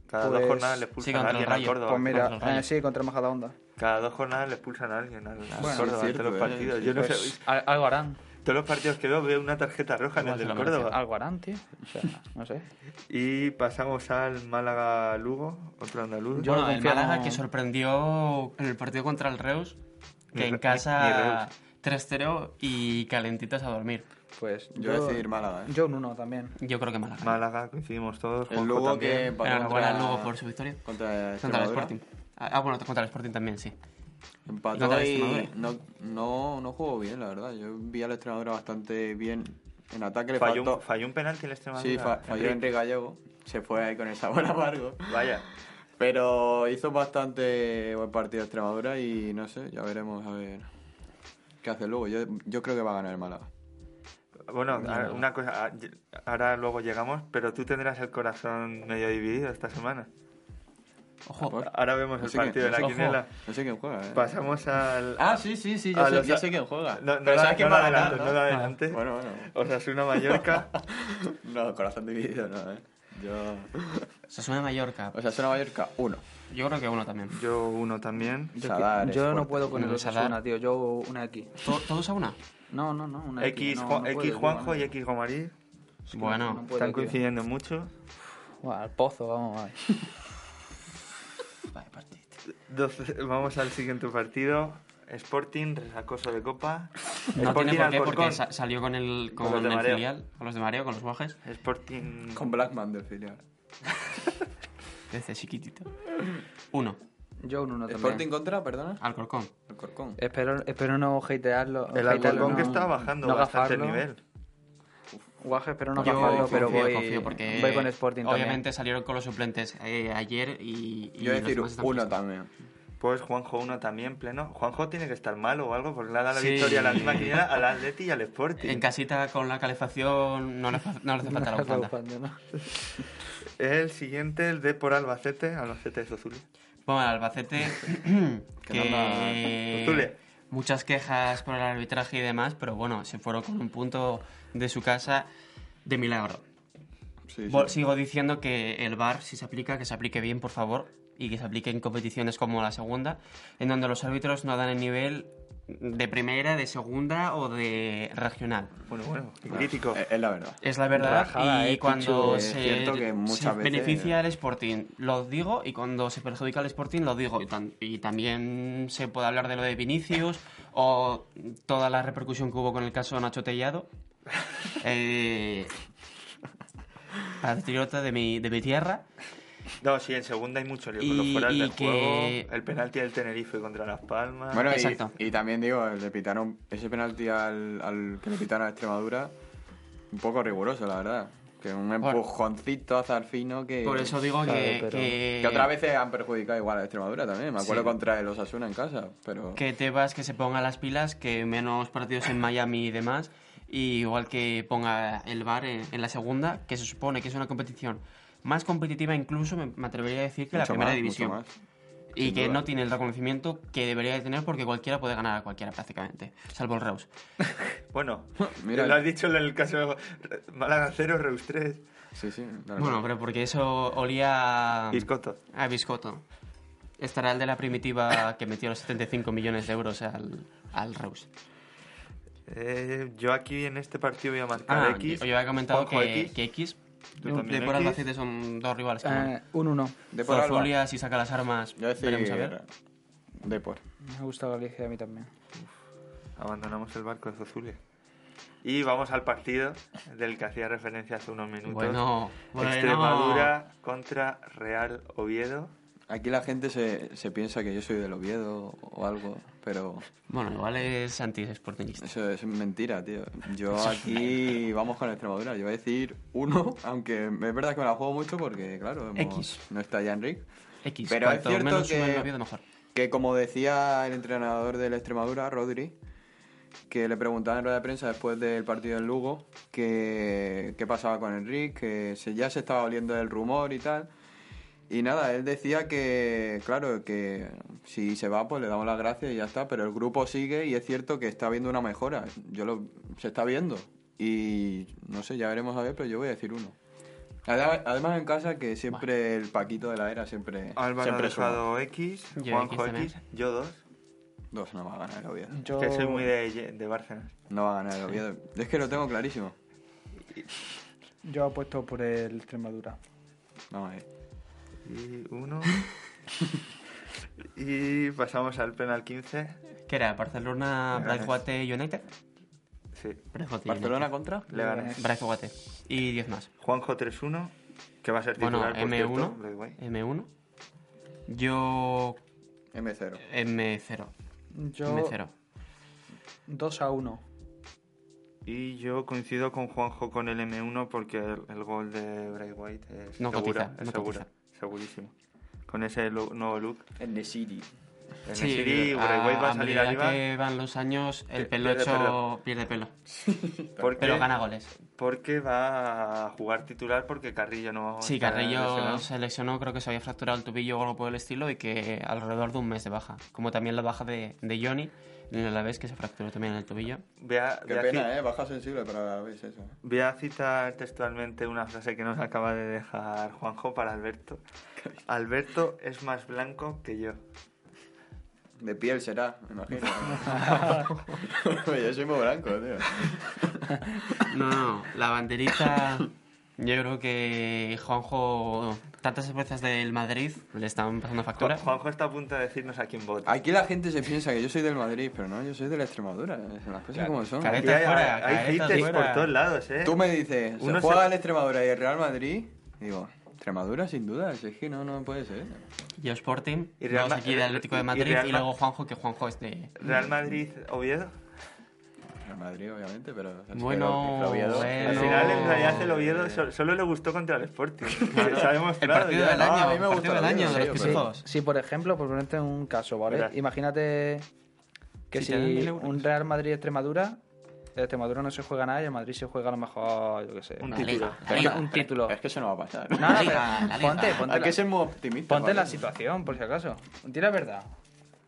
Cada dos pues- jornadas le expulsan Sí, a contra el alguien al Rayo. Córdoba. Pues contra mira, los Rayos. eh, sí, contra Majadahonda. Cada dos jornadas le expulsan a alguien al, al Bueno, Córdoba sí, es entre los cierto, eh, partidos. sí, Yo no pues, sé, Al- Algo harán. todos los partidos que veo veo una tarjeta roja en el Igual se del lo merece. Córdoba. Algo harán, tío. O sea, no sé. Y pasamos al Málaga Lugo, otro andaluz. Yo bueno, no el confío, Málaga no. que sorprendió en el partido contra el Reus, que Ni Re- en ni- casa 3-0 y calentitas a dormir. Pues Yo voy a decir Málaga. ¿eh? Yo un 1 también. Yo creo que Málaga. Málaga, coincidimos todos. El Juanjo Lugo también. que empató Enhorabuena contra, al Ah, Lugo por su victoria. contra Contra el Extremadura. Sporting. Ah, ah, bueno, contra el Sporting también, sí. Empató Contra el y Extremadura. no, no, no jugó bien, la verdad. Yo vi al Extremadura bastante bien. En ataque le Falló, un- faltó... falló un penalti el Extremadura. sí, fa- falló Enrique. Enrique Gallego. Se fue ahí con el sabor amargo. Vaya. Pero hizo bastante buen partido Extremadura y no sé, ya veremos a ver qué hace luego. Yo, yo creo que va a ganar el Málaga. Bueno, ahora- una cosa, ah, ye- ahora luego llegamos, pero tú tendrás el corazón medio dividido esta semana. Ojo, Por- Ahora vemos el Así que- partido de la ojo. quiniela. No sé quién juega, ¿eh? Pasamos al... Ah, sí, sí, sí, yo, A sé, los- yo sé quién juega. No, no, Pero la- sabes quién no va la a ganar, Ah, adelantes, no la adelantes. Bueno, bueno. Osasuna Mallorca. No, corazón dividido, no, ¿eh? Yo... se suena Mallorca. O sea, suena Mallorca, uno. Yo creo que uno también. Yo uno también. Sadar es yo no fuerte. puedo con el Mm, Osasuna, Sadar. tío. Yo una X. To- ¿Todos a una? No, no, no. Una X, no, Ju- no puedo, X tío, Juanjo no. y X Gomariz. Bueno, no puedo, Están tío. coincidiendo mucho. Buah, al pozo, vamos a ver. vale, partidito. Doce- vamos al siguiente partido. Sporting, resacoso de copa. No tiene por qué porque Alcorcón. sa- salió con el, Con con los de el Mareo. filial, con los de Mareo, con los guajes, Sporting Con Blackman del filial. desde chiquitito. Uno, Yo un 1 también. Sporting contra, perdona. Alcorcón. Alcorcón. Espero, espero no hatearlo. El hatearlo, Alcorcón no- que está bajando no bastante el gafarlo. nivel. Guaje, espero no Yo gafarlo, pero confío, voy, confío, porque voy con Sporting Obviamente también. salieron con los suplentes eh, ayer y, y Yo voy a los decir demás están uno puestos. también. Pues Juanjo uno también pleno. Juanjo tiene que estar malo o algo porque le ha dado la Sí. victoria a la misma quiniela al Atleti y al Sporting. En casita con la calefacción no le, fa- no le hace falta la bufanda. El siguiente, el de por Albacete, Albacete de Sozulia. Bueno, el Albacete, anda- que Tutulia. muchas quejas por el arbitraje y demás, pero bueno, se fueron con un punto de su casa de milagro. Sí, Vol- sí. Sigo diciendo que el VAR, si se aplica, que se aplique bien, por favor, y que se aplique en competiciones como la segunda, en donde los árbitros no dan el nivel de primera, de segunda o de regional. Bueno, bueno, Ah, crítico. eh. Eh, Es es la verdad. Es la verdad. Rajada, y eh, Pichu, cuando es se, cierto que muchas se veces- beneficia al Sporting, lo digo. Y cuando se perjudica al Sporting, lo digo. Y, tan- y también se puede hablar de lo de Vinicius o toda la repercusión que hubo con el caso Nacho Tellado. Eh, patriota de mi, de mi tierra. No, sí, en segunda hay mucho lío Y- con los fueras y del que- juego. El penalti del Tenerife contra Las Palmas. Bueno, y- Exacto. Y, también digo, le pitaron ese penalti al, al que le pitaron a Extremadura, un poco riguroso, la verdad. Que un Bueno. empujoncito a Zarfino que. Por eso digo claro, que, pero- que, Que otras veces han perjudicado igual a Extremadura también. Me acuerdo Sí. contra el Osasuna en casa, pero. que Tebas que se ponga las pilas, que menos partidos en Miami y demás, y igual que ponga el VAR en, en la segunda, que se supone que es una competición más competitiva incluso, me, me atrevería a decir, que la Mucho primera más, división. mucho más, y sin que duda. no tiene el reconocimiento que debería de tener porque cualquiera puede ganar a cualquiera prácticamente, salvo el Reus. Bueno, Mira. lo has dicho en el caso eh, Málaga 0, Reus 3. Sí, sí. Bueno, pero porque eso olía a... Biscotto. A biscotto. Estará el de la primitiva que metió los 75 millones de euros al, al Reus. Eh, yo aquí en este partido voy a marcar Ah, X. yo- yo había comentado Juanjo que- X. que X. Yo también De por X. Albacete son dos rivales. que Eh, no. un uno. Depor Alba. Zorzulia, si saca las armas, Yo decir, veremos a ver. Depor. Me gusta Galicia a mí también. Abandonamos el barco de Zozulia. Y vamos al partido del que hacía referencia hace unos minutos. Bueno, bueno. Extremadura contra Real Oviedo. Aquí la gente se, se piensa que yo soy del Oviedo o algo, pero Bueno, igual es anti-sportingista. eso es mentira, tío. Yo aquí vamos con Extremadura. Yo voy a decir uno, aunque es verdad que me la juego mucho porque, claro, hemos- X. no está ya Enric. X, Pero es cuanto cierto menos que, sume el Oviedo, mejor. que como decía el entrenador del Extremadura, Rodri, que le preguntaban en rueda de prensa después del partido en Lugo que qué pasaba con Enric, que se- ya se estaba oliendo el rumor y tal. Y nada, él decía que, claro, que si se va, pues le damos las gracias y ya está, pero el grupo sigue y es cierto que está viendo una mejora. Yo lo, se está viendo. Y no sé, ya veremos a ver, pero yo voy a decir uno. Además, además en casa que siempre el Paquito de la era siempre, Álvaro siempre ha suma. dejado X, Yo X Juanjo también. X, yo 2. Dos no va a ganar el Oviedo. Yo- Que soy muy de, de Bárcenas. No va a ganar el Oviedo. Es que lo tengo clarísimo. Yo apuesto por el Extremadura. Vamos a ver. Y uno. y pasamos al penal 15. ¿Qué era? ¿Barcelona, Braithwaite United? Sí. Braithwaite ¿Barcelona United. contra? Le gané. Braithwaite. Y 10 más. Juanjo 3-1, que va a ser titular. Bueno, por cierto, M1. by the way. M1. Yo. M0. M0. Yo M0. 2 a 1. Y yo coincido con Juanjo con el M1 porque el, el gol de Bray White es No segura, cotiza, es no segura, segurísimo. Con ese lo- nuevo look. En The City. En el City, Bray White va a salir medida arriba que van los años, el Pi- pierde pelocho pelo. pierde pelo. porque, Pero gana goles. porque va a jugar titular porque Carrillo no Sí, está Carrillo lesionado. se lesionó, creo que se había fracturado el tobillo o algo por el estilo y que alrededor de un mes de baja. Como también la baja de, de Johnny en el Alavés que se fracturó también el tobillo. Voy a, Qué voy a ci- pena, ¿eh? Baja sensible para ver eso. eh. voy a citar textualmente una frase que nos acaba de dejar Juanjo para Alberto. Alberto es más blanco que yo. De piel será, me imagino. Yo soy muy blanco, tío. No, no, la banderita. Yo creo que Juanjo, tantas empresas del Madrid le están pasando Ju- factura. Juanjo está a punto de decirnos a quién vota. Aquí la gente se piensa que yo soy del Madrid, pero no, yo soy de la Extremadura. Las cosas como son. Careta Aquí hay, fuera, hay careta haters fuera. por todos lados, ¿eh? Tú me dices, Uno se juega se- el Extremadura y el Real Madrid. Digo, Extremadura sin duda, si es que no, no puede ser. Yo Sporting, Y Real luego Ma- aquí de Atlético de y Madrid Real y, Ma- luego Juanjo, que Juanjo es de... Real Madrid, Oviedo. Real Madrid, obviamente, pero. es que Bueno, el Oviedo- bueno. Al final, en realidad, el Oviedo so- solo le gustó contra el Sporting. Se ha El demostrado partido ya. del Ah, año, a mí el me gusta partido del el año Oviedo, de en los serio, pijos. Si, por ejemplo, por ponerte un caso, ¿vale? Verás. Imagínate que Si si, te dan mil euros. un Real Madrid-Extremadura, el Extremadura no se juega nada y el Madrid se juega a lo mejor, yo qué sé. Un una- La título. liga, la una- liga. un título. Es que eso no va a pasar. No, no, La liga, pero la liga. ponte, ponte, Hay que la, ser muy optimista. ponte la ¿vale? situación, por si acaso. Tira verdad.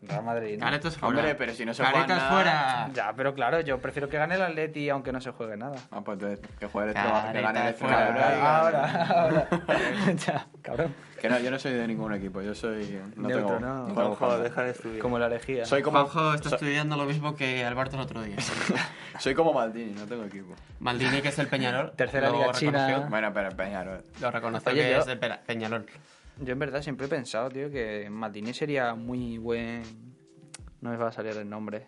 Real Madrid. ¿no? Caretas fuera. Hombre, pero si no se Caretas juega fuera. Ya, pero claro, yo prefiero que gane el Atleti aunque no se juegue nada. Ah, pues entonces, que juegue el Claro, Extremadura, que gane el fuera. Extremadura. y gane- Ahora, ahora. ya, cabrón. Que no, yo no soy de ningún equipo, yo soy. No Neutro, tengo, no. tengo Juanjo, fama. deja de estudiar. Como la lejía. Soy como, Juanjo está estudiando lo mismo que Alberto el otro día. soy como Maldini, no tengo equipo. Maldini, que es el Peñarol. Tercera lo liga reconoció- china. Bueno, pero pues, Peñarol. Lo reconoció Oye, que yo- es del Pe- Peñarol. Yo en verdad siempre he pensado, tío, que Maldini sería muy buen... No me va a salir el nombre.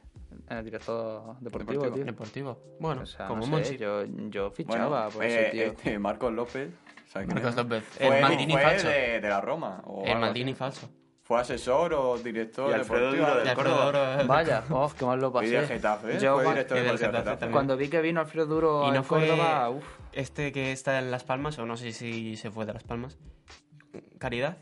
En el director deportivo, Deportivo. tío. Deportivo. Bueno, O sea, como no sé, Monchi. yo, yo Bueno, fichaba por eh, ese tío. este, Marcos López. ¿sabes quién Marcos es? López. Fue, El Maldini fue falso. de, de la Roma. o El algo Maldini así. falso. Fue asesor o Y director Alfredo deportivo. Duro algo del Y así. Alfredo Córdoba. Oro- Vaya, oh, qué mal lo Y del pasé. eh, Getafe. Yo fue cua- director y del deportivo del Getafe Getafe. cuando vi que vino Alfredo Duro Y a no fue Córdoba, uff. este que está en Las Palmas, o no sé si se fue de Las Palmas. Caridad.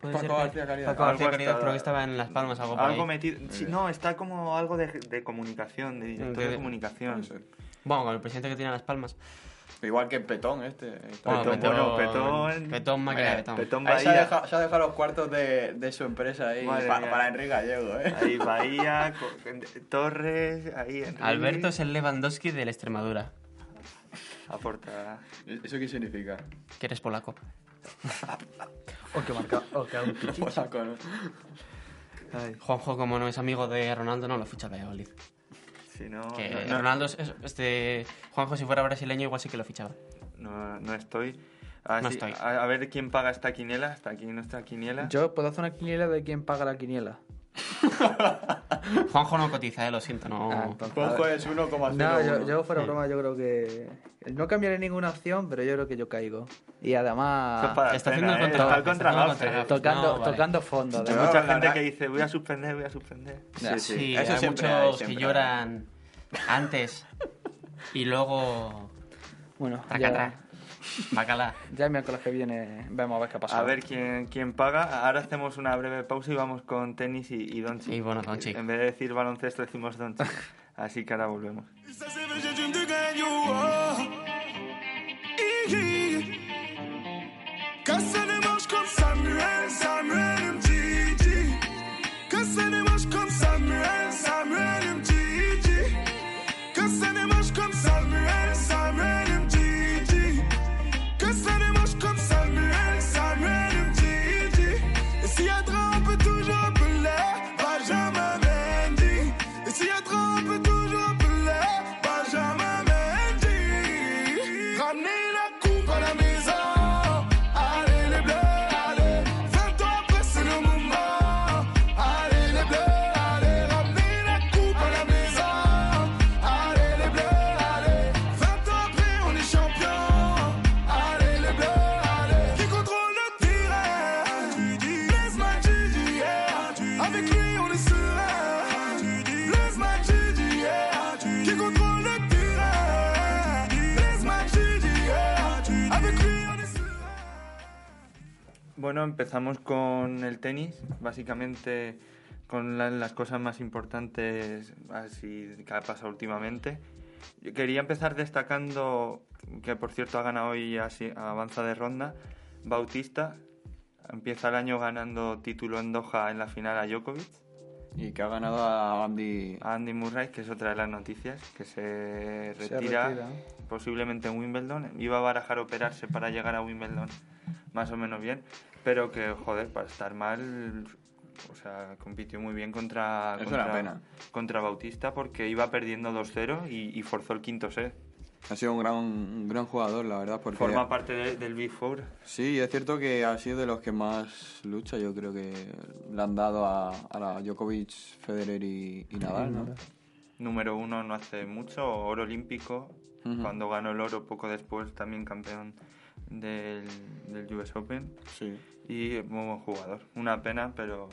Puede Paco ser que- García Caridad. Paco García Algo Caridad, está- creo que estaba en Las Palmas, algo por Algo ahí. metido. sí, no, está como algo de, de comunicación, de director de Entiendo. comunicación. Puede ser. Bueno, con el presidente que tiene Las Palmas. Igual que Petón este. Bueno, Petón, bueno, Petón- Petón, máquina de Eh, Ah, Petón. Petón Ahí se ha, Bahía. deja- se ha dejado los cuartos de, de su empresa ahí Madre pa- mía. para Enrique Gallego, ¿eh? Ahí Bahía, co- Torres, ahí Mm. Enrique. Alberto es el Lewandowski de la Extremadura, Aporta. ¿Eso qué significa? que eres polaco. O que marca, o que hago un Polaco, ¿no? Ay, Juanjo, como no es amigo de Ronaldo, no lo ficha Valladolid. si no, que no- no- Ronaldo, es- es- este, Juanjo, si fuera brasileño, igual sí que lo fichaba. no- no estoy. Ah, No sí, estoy. A, a ver quién paga esta quiniela. Hasta aquí nuestra quiniela. Yo puedo hacer una quiniela de quién paga la quiniela. Juanjo no cotiza, eh, lo siento, no. Ah, entonces- Juanjo es 1,01. No, yo, yo fuera Sí. broma, yo creo que. No cambiaré ninguna opción, pero yo creo que yo caigo. Y Esto es además. para Está la haciendo cena, el ¿eh? Está contragafe, contra está haciendo el Ah, Gaffer. contragafe. Tocando, No, vale. tocando fondo. Hay además. No, mucha la gente verdad- que dice, voy a suspender, voy a suspender. Ya. Sí, eso hay siempre hay, muchos que siempre lloran antes y luego. Bueno, Tracatrá. ya, Bacala. ya el miércoles que viene vemos a ver qué pasa. A ver quién, quién paga. Ahora hacemos una breve pausa y vamos con tenis y, y Doncic. Y bueno, Doncic. En vez de decir baloncesto, decimos Doncic. Así que ahora volvemos. Bueno, empezamos con el tenis, básicamente con la- las cosas más importantes así que ha pasado últimamente. Yo quería empezar destacando que, por cierto, ha ganado hoy así, avanza de ronda. Bautista empieza el año ganando título en Doha en la final a Djokovic. Y que ha ganado a Andy. A Andy Murray, que es otra de las noticias, que se Se retira, retira. posiblemente en Wimbledon. Iba a barajar operarse para llegar a Wimbledon, más o menos bien, pero que, joder, para estar mal, o sea, compitió muy bien contra, Es contra, una pena. contra Bautista porque iba perdiendo 2-0 y, y forzó el quinto set. Ha sido un gran, un gran jugador, la verdad. Porque Forma parte de- del Big Four. Sí, es cierto que ha sido de los que más lucha, yo creo que le han dado a, a la Djokovic, Federer y, y Nadal, ¿no? Número uno no hace mucho, oro olímpico, cuando ganó el oro poco después, también campeón del, del US Open. Sí. y muy buen jugador. Una pena, pero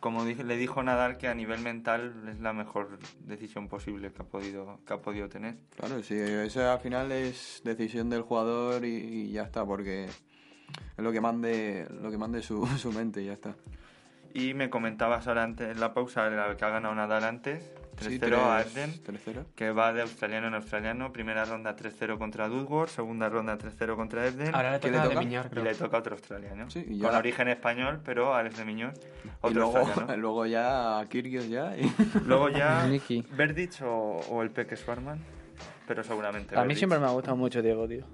como dije- le dijo Nadal que a nivel mental es la mejor decisión posible que ha podido, que ha podido tener. Claro, sí, eso al final es decisión del jugador y, y ya está, porque es lo que mande, lo que mande su, su mente y ya está. Y me comentabas ahora antes, en la pausa, la que ha ganado Nadal antes, 3-0 Sí, a tres- Arden, 3-0. que va de australiano en australiano. Primera ronda 3-0 contra Dudworth, segunda ronda 3-0 contra Arden. Ahora le ¿Quién toca le de toca? Miñor, Y creo. le toca a otro australiano. Sí, y ya Con la- origen español, pero Alex de Miñón. Otro Y luego, australiano. luego ya a Kyrgios ya. y- Luego ya Nicky. Verdich o, o el Peque Schwarman, pero seguramente A mí Berdych. siempre me ha gustado mucho Diego, tío.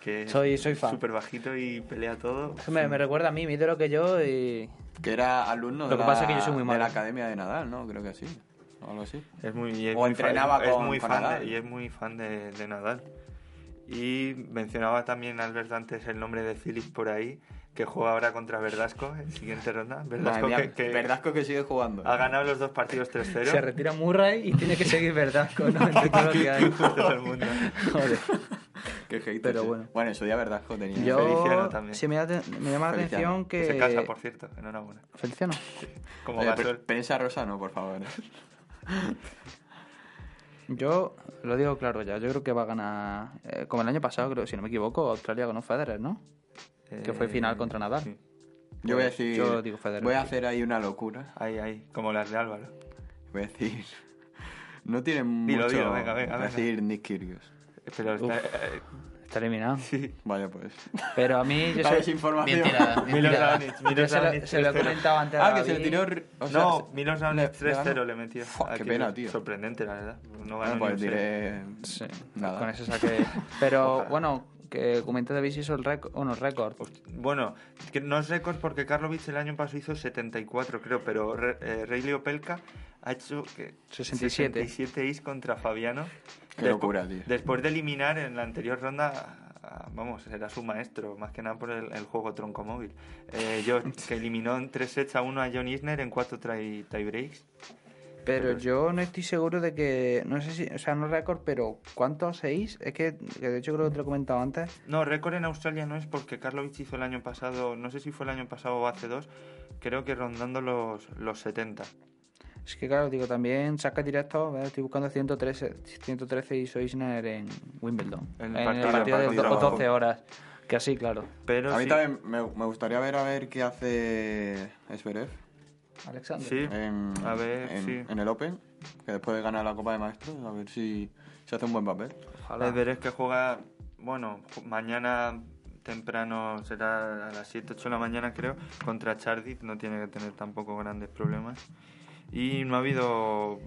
que Soy- soy fan. Súper bajito y pelea todo. Me, me recuerda a mí, mi ídolo que yo y. que era alumno Lo de, que la, pasa es que yo soy muy de malo. la academia de Nadal, ¿no? Creo que así, o algo así. Es muy, y es O muy entrenaba fan, es con- muy con fan de- Nadal. y es muy fan de, de Nadal. Y mencionaba también Alberto antes el nombre de Phillips por ahí, que juega ahora contra Verdasco en siguiente ronda. Madre Verdasco mía, que, Ah, que Verdasco que sigue jugando. ha ganado los dos partidos Se 3-0. retira Murray y tiene que seguir verdad con 94 que hay. Todo el mundo. Joder. Qué hater, Pero sí. bueno. Bueno, en su día Verdasco tenía. Feliciano Yo. también. Sí, me, da- me llama la Feliciano, atención Que que. se casa, por cierto. Enhorabuena. Feliciano. Como Oye, Gasol. pe- Prensa Rosano, por favor. Yo lo digo claro ya, yo creo que va a ganar. eh, como el año pasado, creo, si no me equivoco, Australia ganó Federer, ¿no? que fue final contra Nadal. sí. Yo voy a decir. Yo digo Federer. Voy a hacer ahí una locura. Ahí, ahí, como las de Álvaro. Voy a decir. No tienen Dilo, mucho. dilo, venga, venga, Voy a venga. decir Nick Kyrgios. Pero está, eh, Está eliminado. Vaya pues. Pero a mí yo Esa soy... Bien desinformación. tirada, bien Milos tirada. Raonic, Yo Milos se lo, Raonic se lo he 3-0. comentado antes. a Ah, que se David. le tiró. o sea, No, Milos Raonic le- 3-0 le metió. Fua, Ah, qué que pena, tío. Sorprendente, la verdad. No ganó Bueno, ni pues un set. diré. Sí, Nada. con ese saque. Pero Ojalá. bueno, que comenté David si hizo el récord, unos récords. Pues, Host- Bueno, que no es récord porque Karlovic el año pasado hizo 74, creo, pero Re- eh, Rey Leopelka ha hecho que 67. 67 is contra Fabiano. Qué locura, tío. Después de eliminar en la anterior ronda, a- a- vamos, era su maestro, más que nada por el, el juego tronco móvil. Eh, yo, que eliminó en 3 sets a 1 a John Isner en 4 tie breaks. pues, Pero yo no estoy seguro de que. No sé si. O sea, no récord, pero ¿cuántos seis? Es que, que de hecho creo que te lo he comentado antes. No, récord en Australia no es porque Karlovic hizo el año pasado, no sé si fue el año pasado o hace dos, creo que rondando los, los 70. Es que claro, digo, también saca directo. ¿ves? Estoy buscando 113, 113 y soy Isner en Wimbledon. En el En, partido, el partido de partido do- abajo. 12 horas. Que así, claro. Pero A mí sí- también me, me gustaría ver a ver qué hace Esberev Alexander. Sí, en, A ver, en, sí. en el Open, que después de ganar la Copa de Maestros, a ver si, si hace un buen papel. Ojalá. El Everest que juega, bueno, ju- mañana temprano será a las 7, 8 de la mañana creo, contra Chardit, no tiene que tener tampoco grandes problemas. Y no ha habido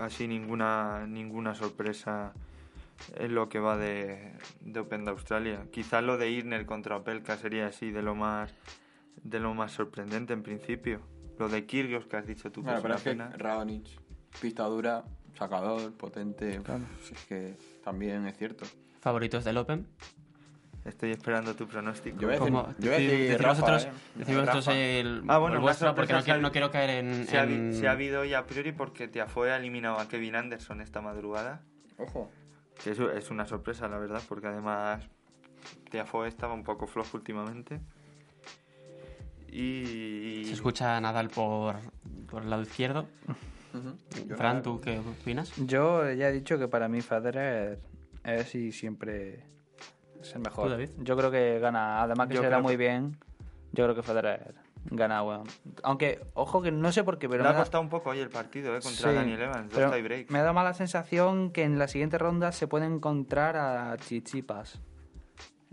así ninguna, ninguna sorpresa en lo que va de, de Open de Australia. Quizás lo de Irner contra Opelka sería así de lo más de lo más sorprendente en principio. Lo de Kyrgios que has dicho tú que Bueno, es pero una es que pena. Raonic, pista dura, sacador, potente, pues es que también es cierto. ¿Favoritos del Open? Estoy esperando tu pronóstico. Yo voy a decir, Como- yo voy a deci- decir decimos Rafa, nosotros- ¿eh? decimos Rafa. nosotros el, Ah, bueno, el una vuestro porque no sorpresa quiero, se ha- no quiero caer Mm, en... Se ha, habi- en- se ha habido ya a priori porque Tiafoe ha eliminado a Kevin Anderson esta madrugada. Ojo. Que eso es una sorpresa, la verdad, porque además Tiafoe estaba un poco flojo últimamente. Y. Se escucha Nadal por, por el lado izquierdo. Fran, ¿tú qué opinas? Yo ya he dicho que para mí Federer es y siempre es el mejor. ¿Tú, David? Yo creo que gana, además que Yo se verá creo muy que- bien, yo creo que Federer gana. bueno. Aunque, ojo que no sé por qué, pero Le ha me da- costado un poco hoy el partido, ¿eh? Contra Sí, Daniel Evans, pero dos tiebreaks. Me da mala sensación que en la siguiente ronda se puede encontrar a Chichipas.